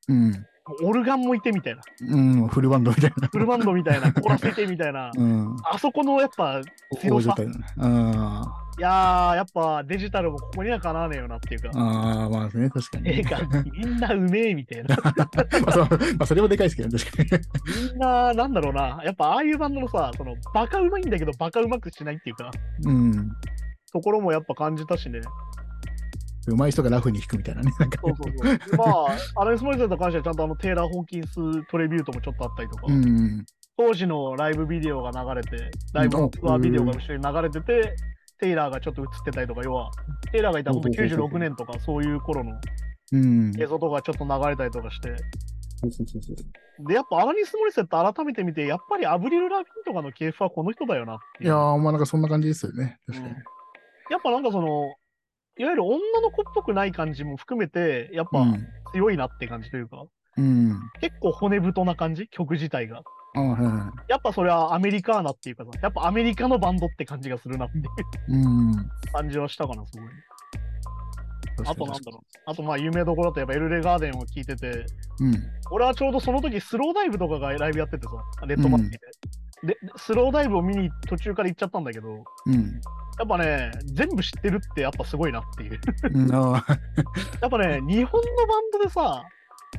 うん。オルガンもいてみたいな、うん。フルバンドみたいな。フルバンドみたいな、コーラスいてみたいな、うん。あそこのやっぱ、強大さ状態だね。ああ。いやー、やっぱデジタルもここにはかなわねえよなっていうか、ああ、まあね、確かに。ええか、みんなうめえみたいな、まあ、そうまあ、それもでかいですけど、ね、確 [laughs] かみんな、なんだろうな、やっぱああいうバンドのさ、そのバカうまいんだけど、バカうまくしないっていうか、に。うん。ところもやっぱ感じたしね、うまい人がラフに弾くみたいなね。なんかそうそうそう。まあ、アラニス・モリセットに関しては、ちゃんとあのテイラー・ホーキンストレビュートもちょっとあったりとか。うん。当時のライブビデオが流れて、ライブのツアービデオが後ろに流れてて、テイラーがちょっと映ってたりとか、要は、テイラーがいたほんとほうほうほうほ96う年とか、そういう頃のうん。映像とかちょっと流れたりとかして、そうそうそうそうで、やっぱアラニス・モリセット改めて見て、やっぱりアブリル・ラビンとかの系譜はこの人だよなっていいうやー、まあなんかそんな感じですよね。確かに。やっぱなんかその、いわゆる女の子っぽくない感じも含めて、やっうぱん。強いなって感じというか、うん。結構骨太な感じ、曲自体が。ああ、はいはやっぱそれはアメリカーナっていうかさ、やっぱアメリカのバンドって感じがするなっていうい。うん。感じはしたかな、すごい。あ確かとになんだろう。あとまあ有名どころだとやっぱエルレガーデンを聞いてて、うん。俺はちょうどその時スローダイブとかがライブやっててさ、レッドマンキーで。で、スローダイブを見に途中から行っちゃったんだけど、やうん。っぱね、全部知ってるってやっぱすごいなっていう。 [laughs] うん。ああ。やっぱね、日本のバンドでさ、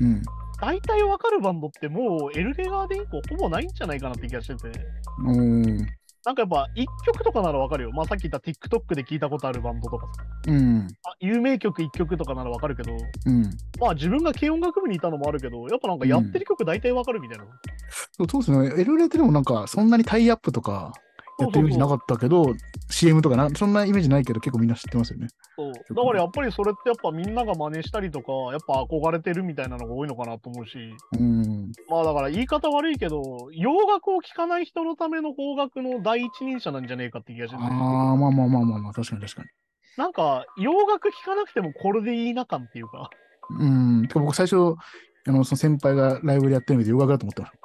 うん。大体わかるバンドってもうエルレガーデン以降ほぼないんじゃないかなって気がしてて。うん。なんかやっぱ一曲とかならわかるよ。まあさっき言った TikTok で聞いたことあるバンドとかさ。うん。あ有名曲一曲とかならわかるけど、うん。まあ自分が軽音楽部にいたのもあるけど、やっぱなんかやってる曲大体わかるみたいな。そうそうですね。エルレってでもなんか、そんなにタイアップとかやってるイメージなかったけど、CM とかな、そんなイメージないけど、結構みんな知ってますよね。そうだからやっぱりそれってやっぱみんなが真似したりとか、やっぱ憧れてるみたいなのが多いのかなと思うし、うん。まあだから言い方悪いけど、洋楽を聴かない人のための邦楽の第一人者なんじゃねえかって気がしてあてあ、まあまあまあまあまあ、確かに確かに。なんか洋楽聴かなくてもこれでいいな感っていう [laughs] か、うん。てか僕最初、あのその先輩がライブでやってるので洋楽だと思ってました。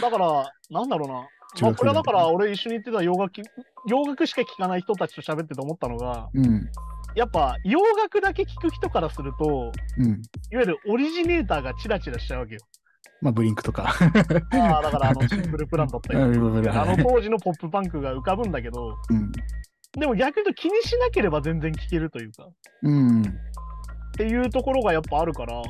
だからなんだろうな、中まあ学こ生れだはだとから俺一緒に行ってた洋楽き、洋楽しか聴かない人たちと喋ってて思ったのが、うん。やっぱ洋楽だけ聴く人からすると、うん。いわゆるオリジネーターがチラチラしちゃうわけよ。まあ、ブリンクとか。ああだからあのシンプルプランだったりうんあの当時のポップパンクが浮かぶんだけど、うん。でも逆に言うと気にしなければ全然聴けるというか、っうん。ていうところがやっぱあるから、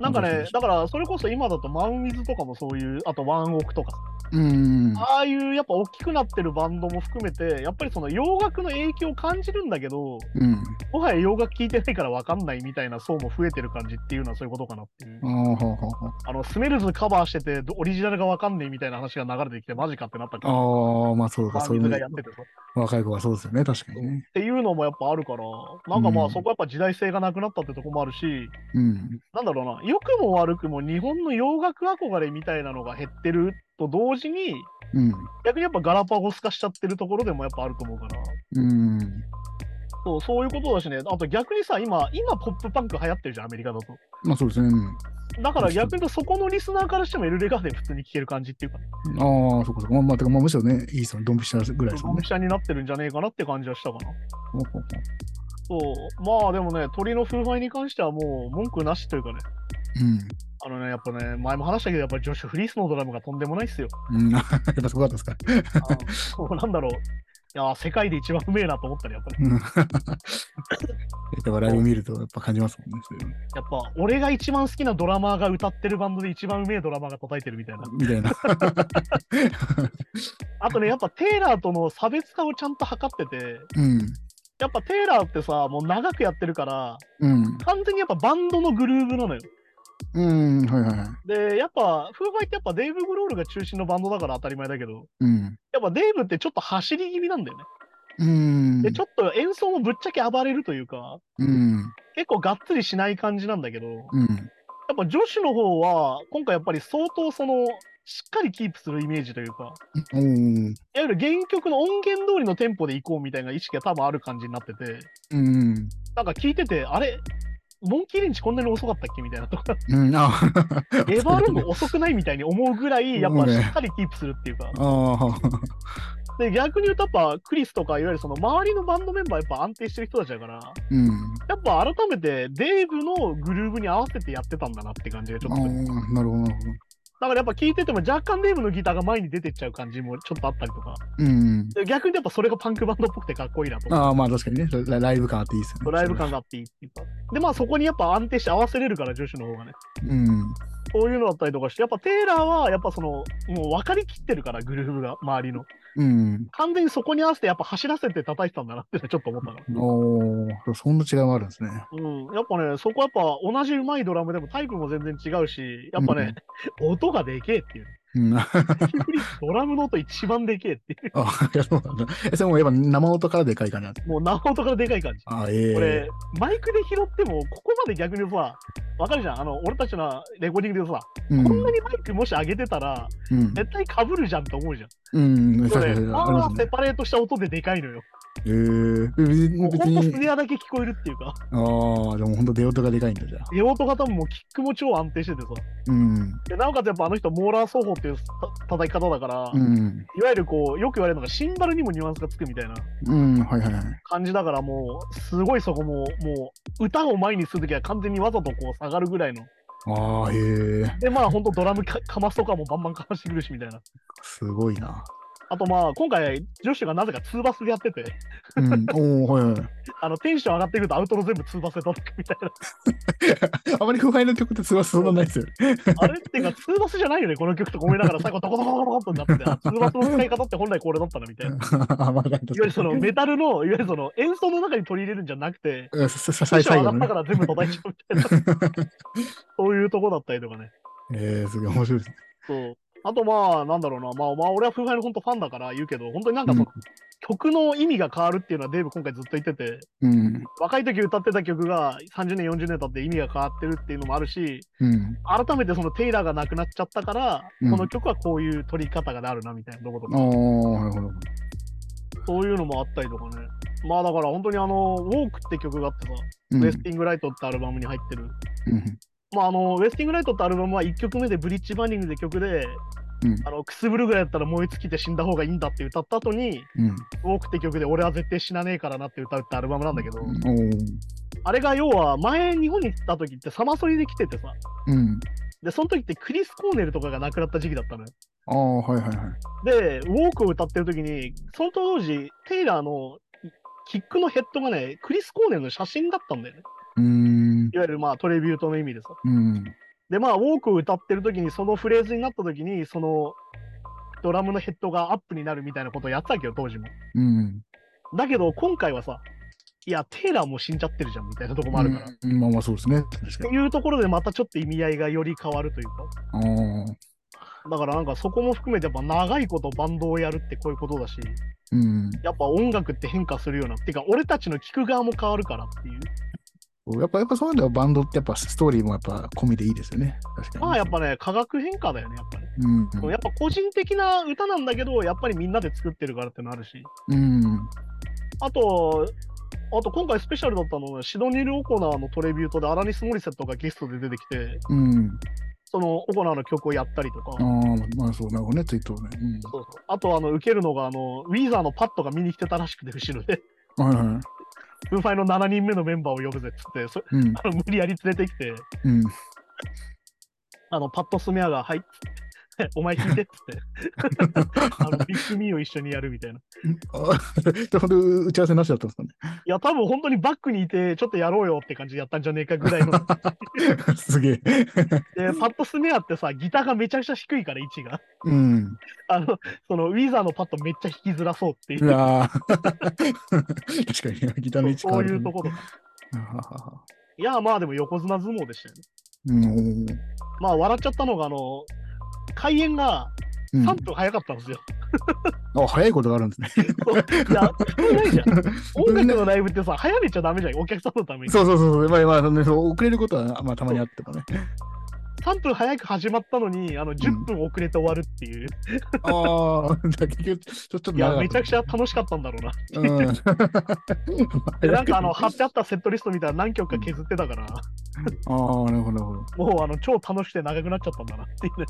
なんかそうそうねそ、うだからそれこそ今だとマンウィズとかもそういう、あとワンオクとか、うん。ああいうやっぱ大きくなってるバンドも含めて、やっぱりその洋楽の影響を感じるんだけど、うん。もはや洋楽聴いてないから分かんないみたいな層も増えてる感じっていうのはそういうことかなっていうあ。あ、はあはあはあの、スメルズカバーしてて、オリジナルが分かんないみたいな話が流れてきて、マジかってなったから、ああ、まあそうか、マンそうウいィズがやっうててさ。若い子はそうですよね、確かにね。っていうのもやっぱあるから、なんかまうあんそこはやっぱ時代性がなくなったってとこもあるし、うん。なんだろうな、良くも悪くも日本の洋楽憧れみたいなのが減ってると同時に、うん。逆にやっぱガラパゴス化しちゃってるところでもやっぱあると思うから、うん。そうそういうことだしね、あと逆にさ、今、今ポップパンク流行ってるじゃん、アメリカだと。まあそうですね。うんだから逆に言うとそこのリスナーからしてもエルレガーデン普通に聴ける感じっていうか、ああ、そこそこ。まあ、まあ、てかまあむしろね、いいですよね。ドンピシャぐらいですもドんンねピ。シャになってるんじゃねえかなって感じはしたかな。ほうほうほそうう、まあでもね、鳥の風合いに関してはもう文句なしというかね、あのね、やっぱね、前も話したけど、やっぱりジョシュ・フリースのドラムがとんでもないっ [laughs] すよ。うん。うん、やっぱそこだったんですか。 [laughs] あのそうなんだろう。いやー、世界で一番うめえなと思ったね、やっぱり。うんやっぱライブ見るとやっぱ感じますもんね。そういうのやっぱ、俺が一番好きなドラマーが歌ってるバンドで一番うめえドラマーが叩いてるみたいな。みたいな。あとね、やっぱテイラーとの差別化をちゃんと測ってて、うん。やっぱテイラーってさ、もう長くやってるから、うん。完全にやっぱバンドのグルーブなのよ。うん。はいはいはい。で、やっぱ、フーファイってやっぱデイブ・グロールが中心のバンドだから当たり前だけど、うん。やっぱデイブってちょっと走り気味なんだよね。うん。で、ちょっと演奏もぶっちゃけ暴れるというか、うん。結構がっつりしない感じなんだけど、うん。やっぱ女子の方は、今回やっぱり相当その、しっかりキープするイメージというか、うん。いわゆる原曲の音源通りのテンポで行こうみたいな意識が多分ある感じになってて、うん。なんか聞いてて、あれモンキーレンチこんなに遅かったっけみたいなとか、うん。ああ。エヴァーロング遅くないみたいに思うぐら [laughs] い、やっぱそうしねっかりキープするっていうか。あで、逆に言うとやっぱクリスとか、いわゆるその周りのバンドメンバーやっぱ安定してる人たちだから、ーうん。やっぱ改めてデイブのグルーブに合わせてやってたんだなって感じがちょあっあと。なるほど、なるほど。だからやっぱ聞いてても若干デイブのギターが前に出てっちゃう感じもちょっとあったりとか。うん。で逆にやっぱそれがパンクバンドっぽくてかっこいいなと思ああ、まあ確かにね。ラライブ感あっていいですよう。ね。ライブ感があっていいっていうか。で、まあそこにやっぱ安定して合わせれるから、女子の方がね。うん。そういうのだったりとかして、やっぱテイラーはやっぱその、もう分かりきってるから、グルーブが、周りの。うん。完全にそこに合わせてやっぱ走らせて叩いてたんだなってちょっと思ったから。おお、そんな違いもあるんですね。うん、やっぱね、そこはやっぱ同じうまいドラムでもタイプも全然違うし、やっぱね、 [laughs] 音がでけえっていう。うん。あドラムの音一番でけえっていう。いやそうなんだ。え、それもやっぱ生音からでかいかな。もう生音からでかい感じ。あええこれ、マイクで拾っても、ここまで逆にさ、わかるじゃん、あの、俺たちのレコーディングでさ、うん、こんなにマイクもし上げてたら、うん、絶対かぶるじゃんと思うじゃん。うん、そそうれ、でファすンね。ありまはすセね。パレートした音ででかいのよ。ええ別もに、う別ほんとスに、ネアだけ聞こえるっていうか、ああ、でも本当出音がでかいんだじゃあ。出音が多分もうキックも超安定しててさ。うん、でなおかつやっぱあの人、モーラー奏法っていうた叩き方だから、うん、いわゆるこう、よく言われるのがシンバルにもニュアンスがつくみたいなうん、はいはいはい。感じだから、もう、すごいそこも、もう、歌を前にするときは完全にわざとこう下がるぐらいの。ああ、へえで、まあ、ほんとドラムかかますとかもバンバンかましてくるしみたいな。すごいな。あとまあ、今回、女子がなぜか2バスでやって [laughs] て、うん、おおはいはい。あの、テンション上がってくるとアウトロ全部2バスで叩くみたいな。あまり腐敗の曲ってすごいそんなないですよ。 [laughs] あれっていうか、2バスじゃないよね、この曲とか思いながら最後、ドコドコドコドコってなってて、2バスの使い方って本来これだったな [laughs] みたいな。いわあ、まあ、なんかゆるそのメタルの、いわゆるその演奏の中に取り入れるんじゃなくて、うんさテさン最ション最上が後のったねか。ら全部叩いちゃうみたいな、そういうとこだったりとかね。えー、すごい面白いですね。そう。あとまあ、なんだろうな、まあ、まあ、俺は風害の本当ファンだから言うけど、本当になんかうそのん、曲の意味が変わるっていうのはデーブ今回ずっと言ってて、うん。若い時歌ってた曲が30年、40年経って意味が変わってるっていうのもあるし、うん。改めてそのテイラーが亡くなっちゃったから、うんこの曲はこういう取り方があるなみたいなとことか、おー、なるほど。そういうのもあったりとかね。まあだから本当にあの、ウォークって曲があってさ、うん。ウうェスティングライトってアルバムに入ってる。んまああの、ウェスティングライトってアルバムは1曲目でブリッジバーニングで曲で、うんあの、くすぶるぐらいだったら燃え尽きて死んだ方がいいんだって歌った後に、うん。ウォークって曲で俺は絶対死なねえからなって歌うってアルバムなんだけど、おー。あれが要は前日本に行った時ってサマソリで来ててさ、うん。で、その時ってクリス・コーネルとかが亡くなった時期だったのよ。あー、はいはいはい。で、ウォークを歌ってる時に、その当時、テイラーのキックのヘッドがね、クリス・コーネルの写真だったんだよね。うーん。いわゆるまあトレビュートの意味でさ。うん。で、まあウォークを歌ってる時に、そのフレーズになった時に、そのドラムのヘッドがアップになるみたいなことをやってたけど、当時も。うん。だけど、今回はさ、いや、テイラーもう死んじゃってるじゃんみたいなとこもあるから。っうんまあまあ、そうですね。確てかに。いうところでまたちょっと意味合いがより変わるというあー。かだからなんかそこも含めてやっぱ長いことバンドをやるってこういうことだしうん。やっぱ音楽って変化するようなっていうか俺たちの聴く側も変わるからっていうやっぱ、やっぱそういうのはバンドってやっぱストーリーもやっぱ込みでいいですよね。確かに。まあやっぱね化学変化だよねやっぱり、うん。やっぱ個人的な歌なんだけどやっぱりみんなで作ってるからってのあるしうん。あとあと今回スペシャルだったのはシドニール・オコナーのトレビュートでアラニス・モリセットがゲストで出てきてうん。そのオコナーの曲をやったりとか、ああ、まあそう、なるほどね、ツイートをね。そうそうあとあの受けるのがあのウィーザーのパッドが見に来てたらしくて後ろで [laughs] うん。はいはい。 「ブーファイの7人目のメンバーを呼ぶぜ」っつってそうん。あの無理やり連れてきてうん。あのパッドスメアが「はい」っ [laughs] つって「お前聞いて」っつって [laughs] あのビッグミーを一緒にやるみたいな。あで、本当打ち合わせなしだったんでいや、多分本当にバックにいて、ちょっとやろうよって感じでやったんじゃねえかぐらいの。 [laughs] ですかね。すげえ。パッドスネアってさ、ギターがめちゃくちゃ低いから、位置が。うん。あの、その、ウィザーのパッドめっちゃ弾きづらそうっていうう、わあ確かに、ギターの位置そういうところ。ろ。いや、まあでも横綱相撲でしたよね。うん。まあ、笑っちゃったのが、あの、開演がうん3分早かったんですよ。あ、早いことがあるんですね。いや、普通ない [laughs] じゃん。音楽ねのライブってさ、早めちゃダメじゃん、お客さんのために。そうそうそうそう。まあまあそのね、そう遅れることは、まあたまにあってもね。 3分早く始まったのに、あの、10分遅れて終わるっていう。ああ、 [laughs] じゃあ結局、ちょちょっといや、長かめった。ちゃくちゃ楽しかったんだろうな。 [laughs] うでん。なんかあの、貼ってあったセットリストみたいな何曲か削ってたから。ああ、なるほど、なるほど。もうあの超楽しくて長くなっちゃったんだなっていうね。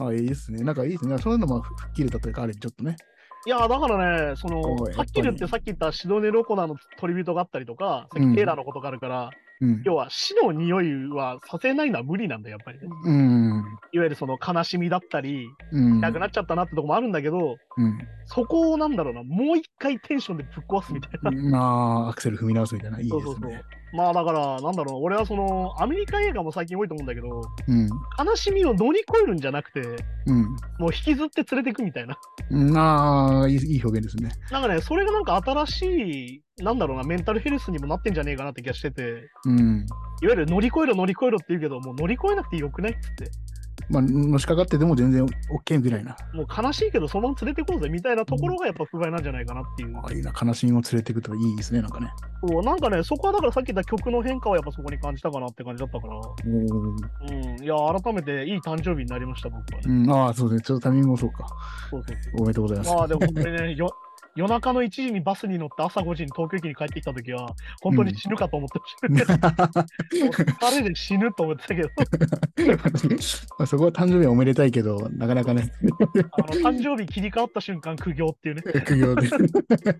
ああ、いいですね。なんかいいですね。そういうのも吹っ切れたというか、ある意味ちょっとね。いやーだからね、そのおいはっきり言ってやっさっぱき言ったシドネロコナーのトリビュートがあったりとか、さっうきんテーラーのことがあるから、うん。要は死の匂いはさせないのは無理なんだよ、やっぱりね。うん。いわゆるその悲しみだったり、うん。なくなっちゃったなってとこもあるんだけど、うん。そこをなんだろうな、もう一回テンションでぶっ壊すみたいな。まあ、アクセル踏み直すみたいな、いいそうでそうすそうね。。まあだから、なんだろう、俺はそのアメリカ映画も最近多いと思うんだけど、うん。悲しみを乗り越えるんじゃなくて、うんもう引きずって連れてくみたいな。 [laughs] うん。ああ、いいいい表現ですね。なんかね、それがなんか新しい、なんだろうな、メンタルヘルスにもなってんじゃねえかなって気がしてて、うん。いわゆる乗り越えろ乗り越えろって言うけど、もう乗り越えなくてよくないっつって、まあ、のしかかってでも全然 OK みたいな。もう悲しいけど、そのまま連れてこうぜみたいなところがやっぱ不甲斐なんじゃないかなっていう。ああいいな、悲しみを連れていくといいですね、なんかね。そうなんかね、そこはだからさっき言った曲の変化はやっぱそこに感じたかなって感じだったから、おーうん、いや、改めていい誕生日になりました、僕はうね。ん、ああ、そうですね。ちょっとタイミングもそうか。そうそうおめでとうございます。まあでも本当にね、よ夜中の1時にバスに乗って朝5時に東京駅に帰ってきた時は、本当に死ぬかと思ってました。疲れで死ぬと思ってたけど。 [laughs] まあそこは誕生日はおめでたいけど、なかな [laughs] かね、あの誕生日切り替わった瞬間苦行っていうね。苦行で。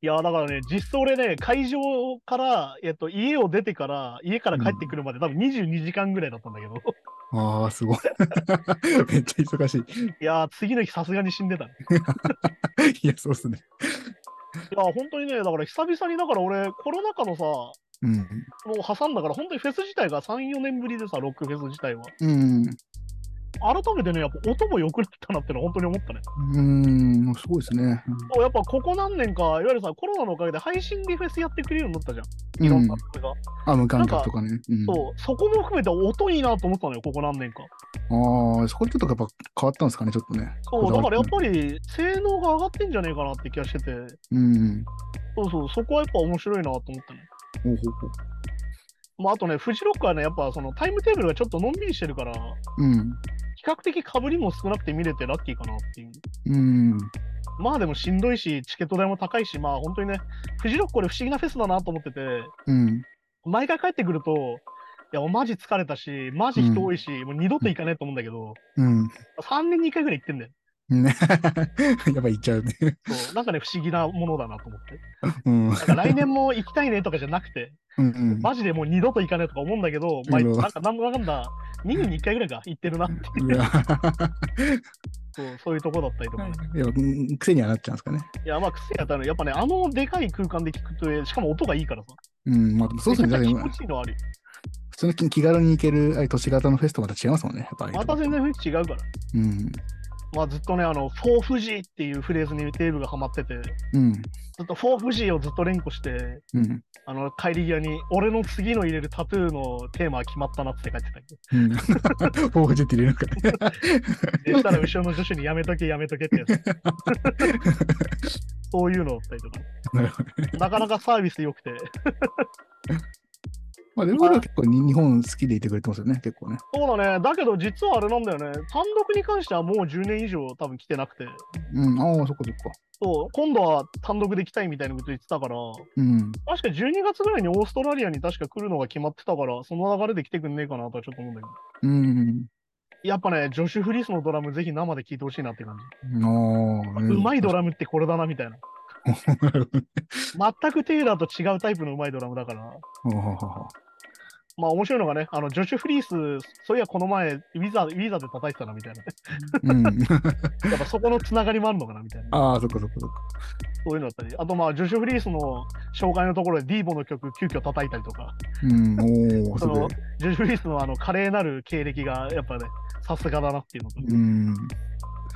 いやーだからね、実際俺ね、会場から、えっと、家を出てから、家から帰ってくるまで、多分22時間ぐらいだったんだけど、ああ、すごい。 [laughs] めっちゃ忙しい。いやー、次の日さすがに死んでたね。いや、そうっすいね。やー、本当にね、だから久々に、だから俺、コロナ禍のさ、もうん。う挟んだから、本当にフェス自体が3、4年ぶりでさ、ロックフェス自体は。うん。改めてね、やっぱ音も良くなったなってのは本当に思ったね。うん、すごいですね。そうやっぱここ何年か、いわゆるさ、コロナのおかげで配信でフェスやってくれるようになったじゃん。いろんなことが。あ、無観客とかね。うん、そう、そこも含めて音いいなと思ったのよ、ここ何年か。ああ、そこちょっとやっぱ変わったんですかね、ちょっとね。そう、だからやっぱ。ぱり性能が上がってんじゃねえかなって気がしてて、うん。そうそう、そこはやっぱ面白いなと思ったね。ほうほうほうまあ、あとね、フジロックはね、やっぱそのタイムテーブルがちょっとのんびりしてるから、比うん。較的被りも少なくて見れてラッキーかなっていう。うん。まあでもしんどいし、チケット代も高いし、まあ本当にね、フジロックこれ不思議なフェスだなと思ってて、うん。毎回帰ってくると、いや、もうマジ疲れたし、マジ人多いし、もう二度と行かねえと思うんだけど、うん。 3年に1回ぐらい行ってんだよ。ね、 [laughs] やっぱ行っちゃうね。そうなんかね、不思議なものだなと思って。うん。なんか来年も行きたいねとかじゃなくて、うんマジでもう二度と行かねえとか思うんだけど、まあ、うんなんかなんだかんだ、2年に1回ぐらいか行ってるなっていううん。いや、そうそういうとこだったりとかね。いやうん癖にはなっちゃうんですかね。いや、まあ、癖やったら、やっぱね、あのでかい空間で聞くと、しかも音がいいからさ。うん、まあ、そうですね。だめっちてゃくちゃ気持ちいいのはあるよ。普通の気気軽に行けるああいう都市型のフェスとまた違いますもんね。やっぱり。また全然雰囲気違うから。うん。まあ、ずっとね、あの、フォーフジーっていうフレーズにテーブがハマってて、うん。ずっとフォーフジーをずっと連呼して、うん。あの、帰り際に、俺の次の入れるタトゥーのテーマは決まったなって書いてたけど。うん。フォークジェット入れるかでしたら、後ろの女子にやめとけ、やめとけってやつ。そういうのだったりとか。なるほど。なかなかサービス良くて。まあ、でも俺は結構に日本好きでいてくれてますよね、結構ね。そうだね。だけど、実はあれなんだよね。単独に関してはもう10年以上多分来てなくて。うん。ああ、そっかそっか。そう、今度は単独で来たいみたいなこと言ってたから、うん。確か12月ぐらいにオーストラリアに確か来るのが決まってたから、その流れで来てくんねえかなとはちょっと思うんだけど。うん。やっぱね、ジョシュ・フリースのドラムぜひ生で聴いてほしいなって感じ。ああ。うまいドララムってこれだなみたいな。全くテイラーと違うタイプのうまいドラムだから。まあ面白いのがね、あの、ジョシュ・フリース、そういやこの前、ウィザー、ウィザーで叩いてたなみたい [laughs] な。うん。やっぱそこのつながりもあるのかなみたいな。ああ、そっかそっかそっか。そういうのだったり。あとまあ、ジョシュ・フリースの紹介のところでディーボの曲急遽叩いたりとか。うん。おお、すそごのい。ジョージ・フリースのあの華麗なる経歴がやっぱね、さすがだなっていうのと、うん。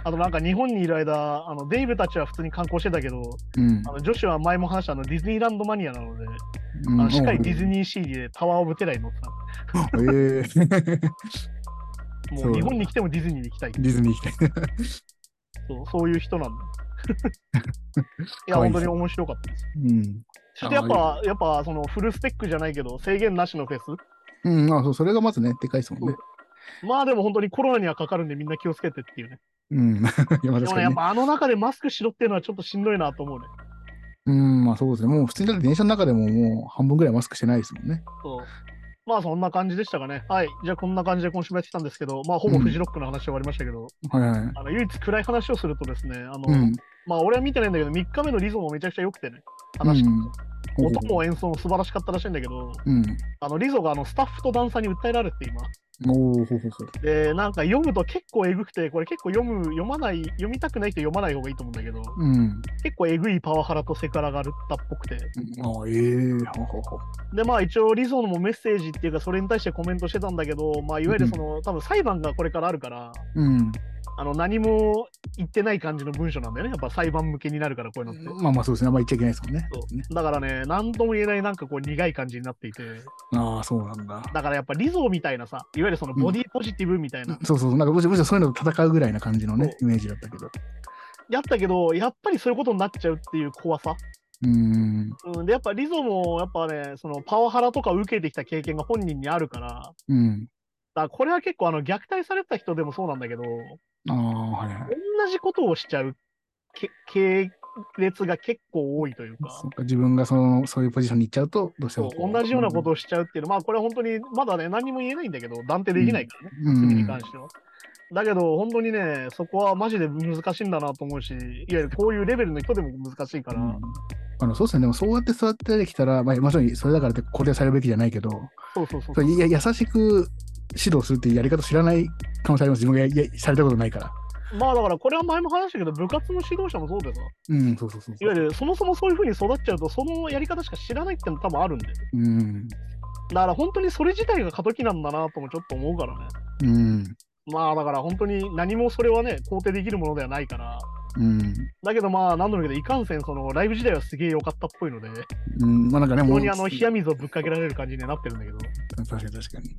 あとなんか日本にいる間、あのデイブたちは普通に観光してたけど、うんあ。の女子は前も話したあのディズニーランドマニアなので、うあんのしっかりディズニー CD でタワー・オブ・テラーに乗ってた。ええもそうう日本に来てもディズニーに行きたいディズニー行きたい。そうそういう人 [laughs] なんで。いや、かわ本いいで当すに面白かったです。うん。そしてやっぱ、やっぱそのフルスペックじゃないけど、制限なしのフェス。うん、あそう、それがまずね、でかいですもんね。まあでも本当にコロナにはかかるんでみんな気をつけてっていうね。うん。いや、まであ確もね、かにやっね。ぱあの中でマスクしろっていうのはちょっとしんどいなと思うね。うん、まあそうですね。もう普通にだって電車の中でももう半分ぐらいマスクしてないですもんね。そう。まあそんな感じでしたかね。はい。じゃあこんな感じで今週もやってきたんですけど、まあほぼフジロックの話は終わりましたけど、はいはい。あの唯一暗い話をするとですね、あの、うん。まあ俺は見てないんだけど、3日目のリズムもめちゃくちゃ良くてね、話、うんほう音も演奏も素晴らしかったらしいんだけど、うん。あのリゾがあのスタッフとダンサーに訴えられて今。おおほうほうほう。で、なんか読むと結構えぐくて、これ結構読む、読まない、読みたくない人読まない方がいいと思うんだけど、うん。結構えぐいパワハラとセクハラがあるったっぽくて。あええほうほうほう。でまあ一応リゾのもメッセージっていうかそれに対してコメントしてたんだけど、まあ、いわゆるその、多分裁判がこれからあるからうん。あの何も言ってない感じの文章なんだよねやっぱ裁判向けになるからこういうのって。まあまあそうですね。あんま言っちゃいけないですもんね。そうねだからね、何とも言えないなんかこう苦い感じになっていて、ああ、そうなんだ。だからやっぱリゾみたいなさ、いわゆるそのボディポジティブみたいな、そうそう、なんかむしろむしろそういうのと戦うぐらいな感じのね、イメージだったけど。やったけど、やっぱりそういうことになっちゃうっていう怖さ。うん。うん、で、やっぱリゾもやっぱね、そのパワハラとか受けてきた経験が本人にあるから、だかうん。らこれは結構あの虐待されてた人でもそうなんだけど、ああ、はいはい。同じことをしちゃうけ系列が結構多いというかそ。っか自分がそのそういうポジションに行っちゃうと、どうしてそもうこ同じようなことをしちゃうっていうのは、まあこれは本当にまだね何も言えないんだけど断定できないからね、うん罪に関しては。だけど本当にねそこはマジで難しいんだなと思うしいわゆるこういうレベルの人でも難しいから、うんあのそうですね、でもそうやって座ってきたら、まあ、もちろんそれだからってこれをされるべきじゃないけど、そうそうそうそれいや優しく指導するっていうやり方知らない可能性あります。自分がややされたことないから。まあだからこれは前も話したけど部活の指導者もそうでさうん、そうそうそういそう。わゆるそもそもそういう風に育っちゃうとそのやり方しか知らないっての多分あるんでだかうん。ら本当にそれ自体が過渡期なんだなともちょっと思うからねうん。まあだから本当に何もそれはね肯定できるものではないからうん。だけどまあ何度も言うけどいかんせんそのライブ時代はすげえ良かったっぽいのでうん。まあなんかね、非も常う。にあの冷や水をぶっかけられる感じになってるんだけど確かに確かに。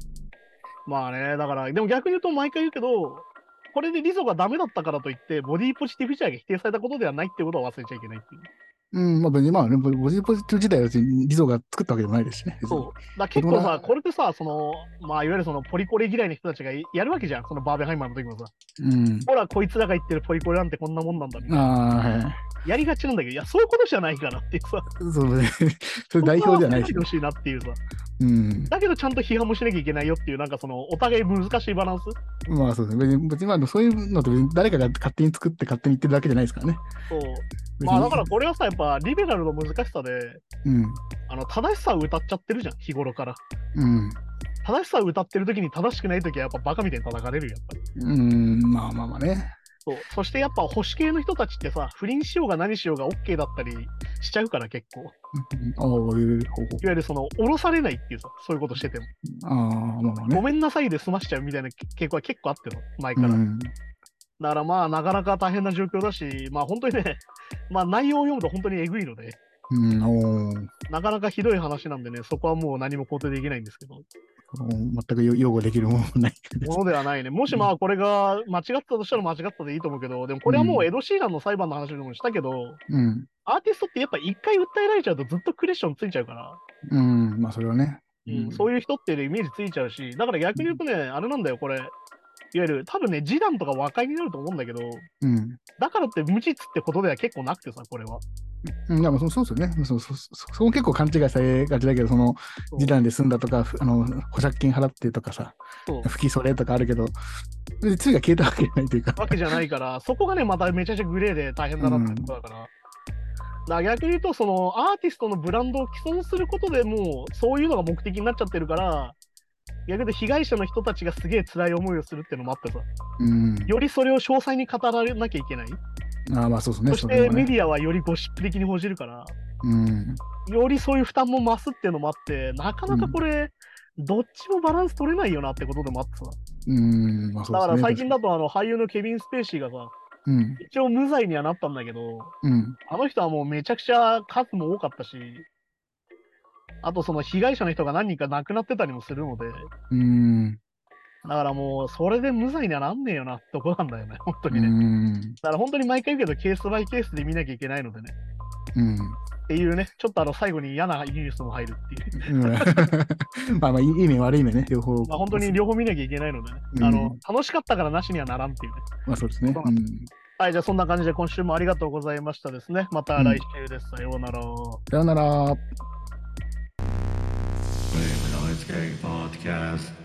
まあねだからでも逆に言うと毎回言うけどこれでリゾがダメだったからといってボディポジティブ自体が否定されたことではないってことは忘れちゃいけないっていううん、まあ別に、まあね、ボボディポジティブ自体は別にリゾが作ったわけでもないですしね。別にそう。だから結構僕もなさ、これってさ、その、まあ、いわゆるそのポリコレ嫌いの人たちがやるわけじゃん、そのバーベハイマーの時もさ。うん。ほら、こいつらが言ってるポリコレなんてこんなもんなんだみたいな。ああ、はい。やりがちなんだけど、いや、そういうことじゃないからっていうさ。そうね。それ代表じゃないし。し。ほしいなっていうさ。うん。だけど、ちゃんと批判もしなきゃいけないよっていう、なんかその、お互い難しいバランス。まあそうですね。別に、別にまあそういうのって別に誰かが勝手に作って勝手に言ってるだけじゃないですからね。そう。別にまあ、だからこれはさ、やっぱ、リベラルの難しさで、うん。あの、正しさを歌っちゃってるじゃん、日頃から。うん。正しさを歌ってる時に正しくない時はやっぱバカみたいに叩かれるよやっぱり。うん。まあまあまあね。そうそしてやっぱ保守系の人たちってさ不倫しようが何しようが OK だったりしちゃうから結構いわうんああ、こういう方法。ゆるその降ろされないっていうさそういうことしてても、ああ、まあまあごね。めんなさいで済ましちゃうみたいな傾向は結構あっての前うから、だん。からまあなかなか大変な状況だしまあ本当にね [laughs] まあ内容を読むと本当にえぐいのでうん。おーなかなかひどい話なんでねそこはもう何も肯定できないんですけどおー全く擁護できるものもないけど。ものではないねもしまあこれが間違ったとしたら間違ったでいいと思うけどでもこれはもうエド・シーランの裁判の話でもしたけど、うん。アーティストってやっぱ一回訴えられちゃうとずっとクレッションついちゃうからうん。まあそれはね。うん、うそういう人っていうイメージついちゃうし、だから逆に言うとね、あれなんだよ、これ。いわゆる、多分ね、示談とか和解になると思うんだけど、うん。だからって無実ってことでは結構なくてさ、これは。うん、でもそうそうですよね。そうそうそうそこも結構勘違いされがちだけど、そのそう示談で済んだとか、ふあの保釈金払ってとかさ、そう不起訴令とかあるけど、別に罪が消えたわけじゃないというか。わけじゃない [laughs] から、そこがね、まためちゃくちゃグレーで大変だなってことだから。だから逆に言うと、そのアーティストのブランドを既存することでもう、そういうのが目的になっちゃってるから、逆に言うと被害者の人たちがすげえ辛い思いをするっていうのもあってさ、うん。よりそれを詳細に語らなきゃいけない。ああまあそうですね。そしれてはメねディアはよりゴシップ的に報じるから。うん。よりそういう負担も増すっていうのもあって、なかなかこれ、どっちもバランス取れないよなってことでもあってさ。うん。まあそうだでかすね。ら最近だと、あの俳優のケビン・スペーシーがさ、うん。一応無罪にはなったんだけど、うん。あの人はもうめちゃくちゃ数も多かったし、あとその被害者の人が何人か亡くなってたりもするので、うん。だからもうそれで無罪にはなんねえよなってとこなんだよね、 [laughs] 本当うにね。ん。だから本当に毎回言うけど、ケースバイケースで見なきゃいけないのでね。うん。っていうね、ちょっとあの最後に嫌なニュースも入るっていう。うんまあまあ、いい面悪い面ね、両方。まあ、本当に両方見なきゃいけないのでね、うんあの楽しかったからなしにはならんっていうね。まあそうですね。うん。はい、じゃあそんな感じで今週もありがとうございましたですね。また来週です。さようなら。さようなら。 Wave Noise Gang Podcast.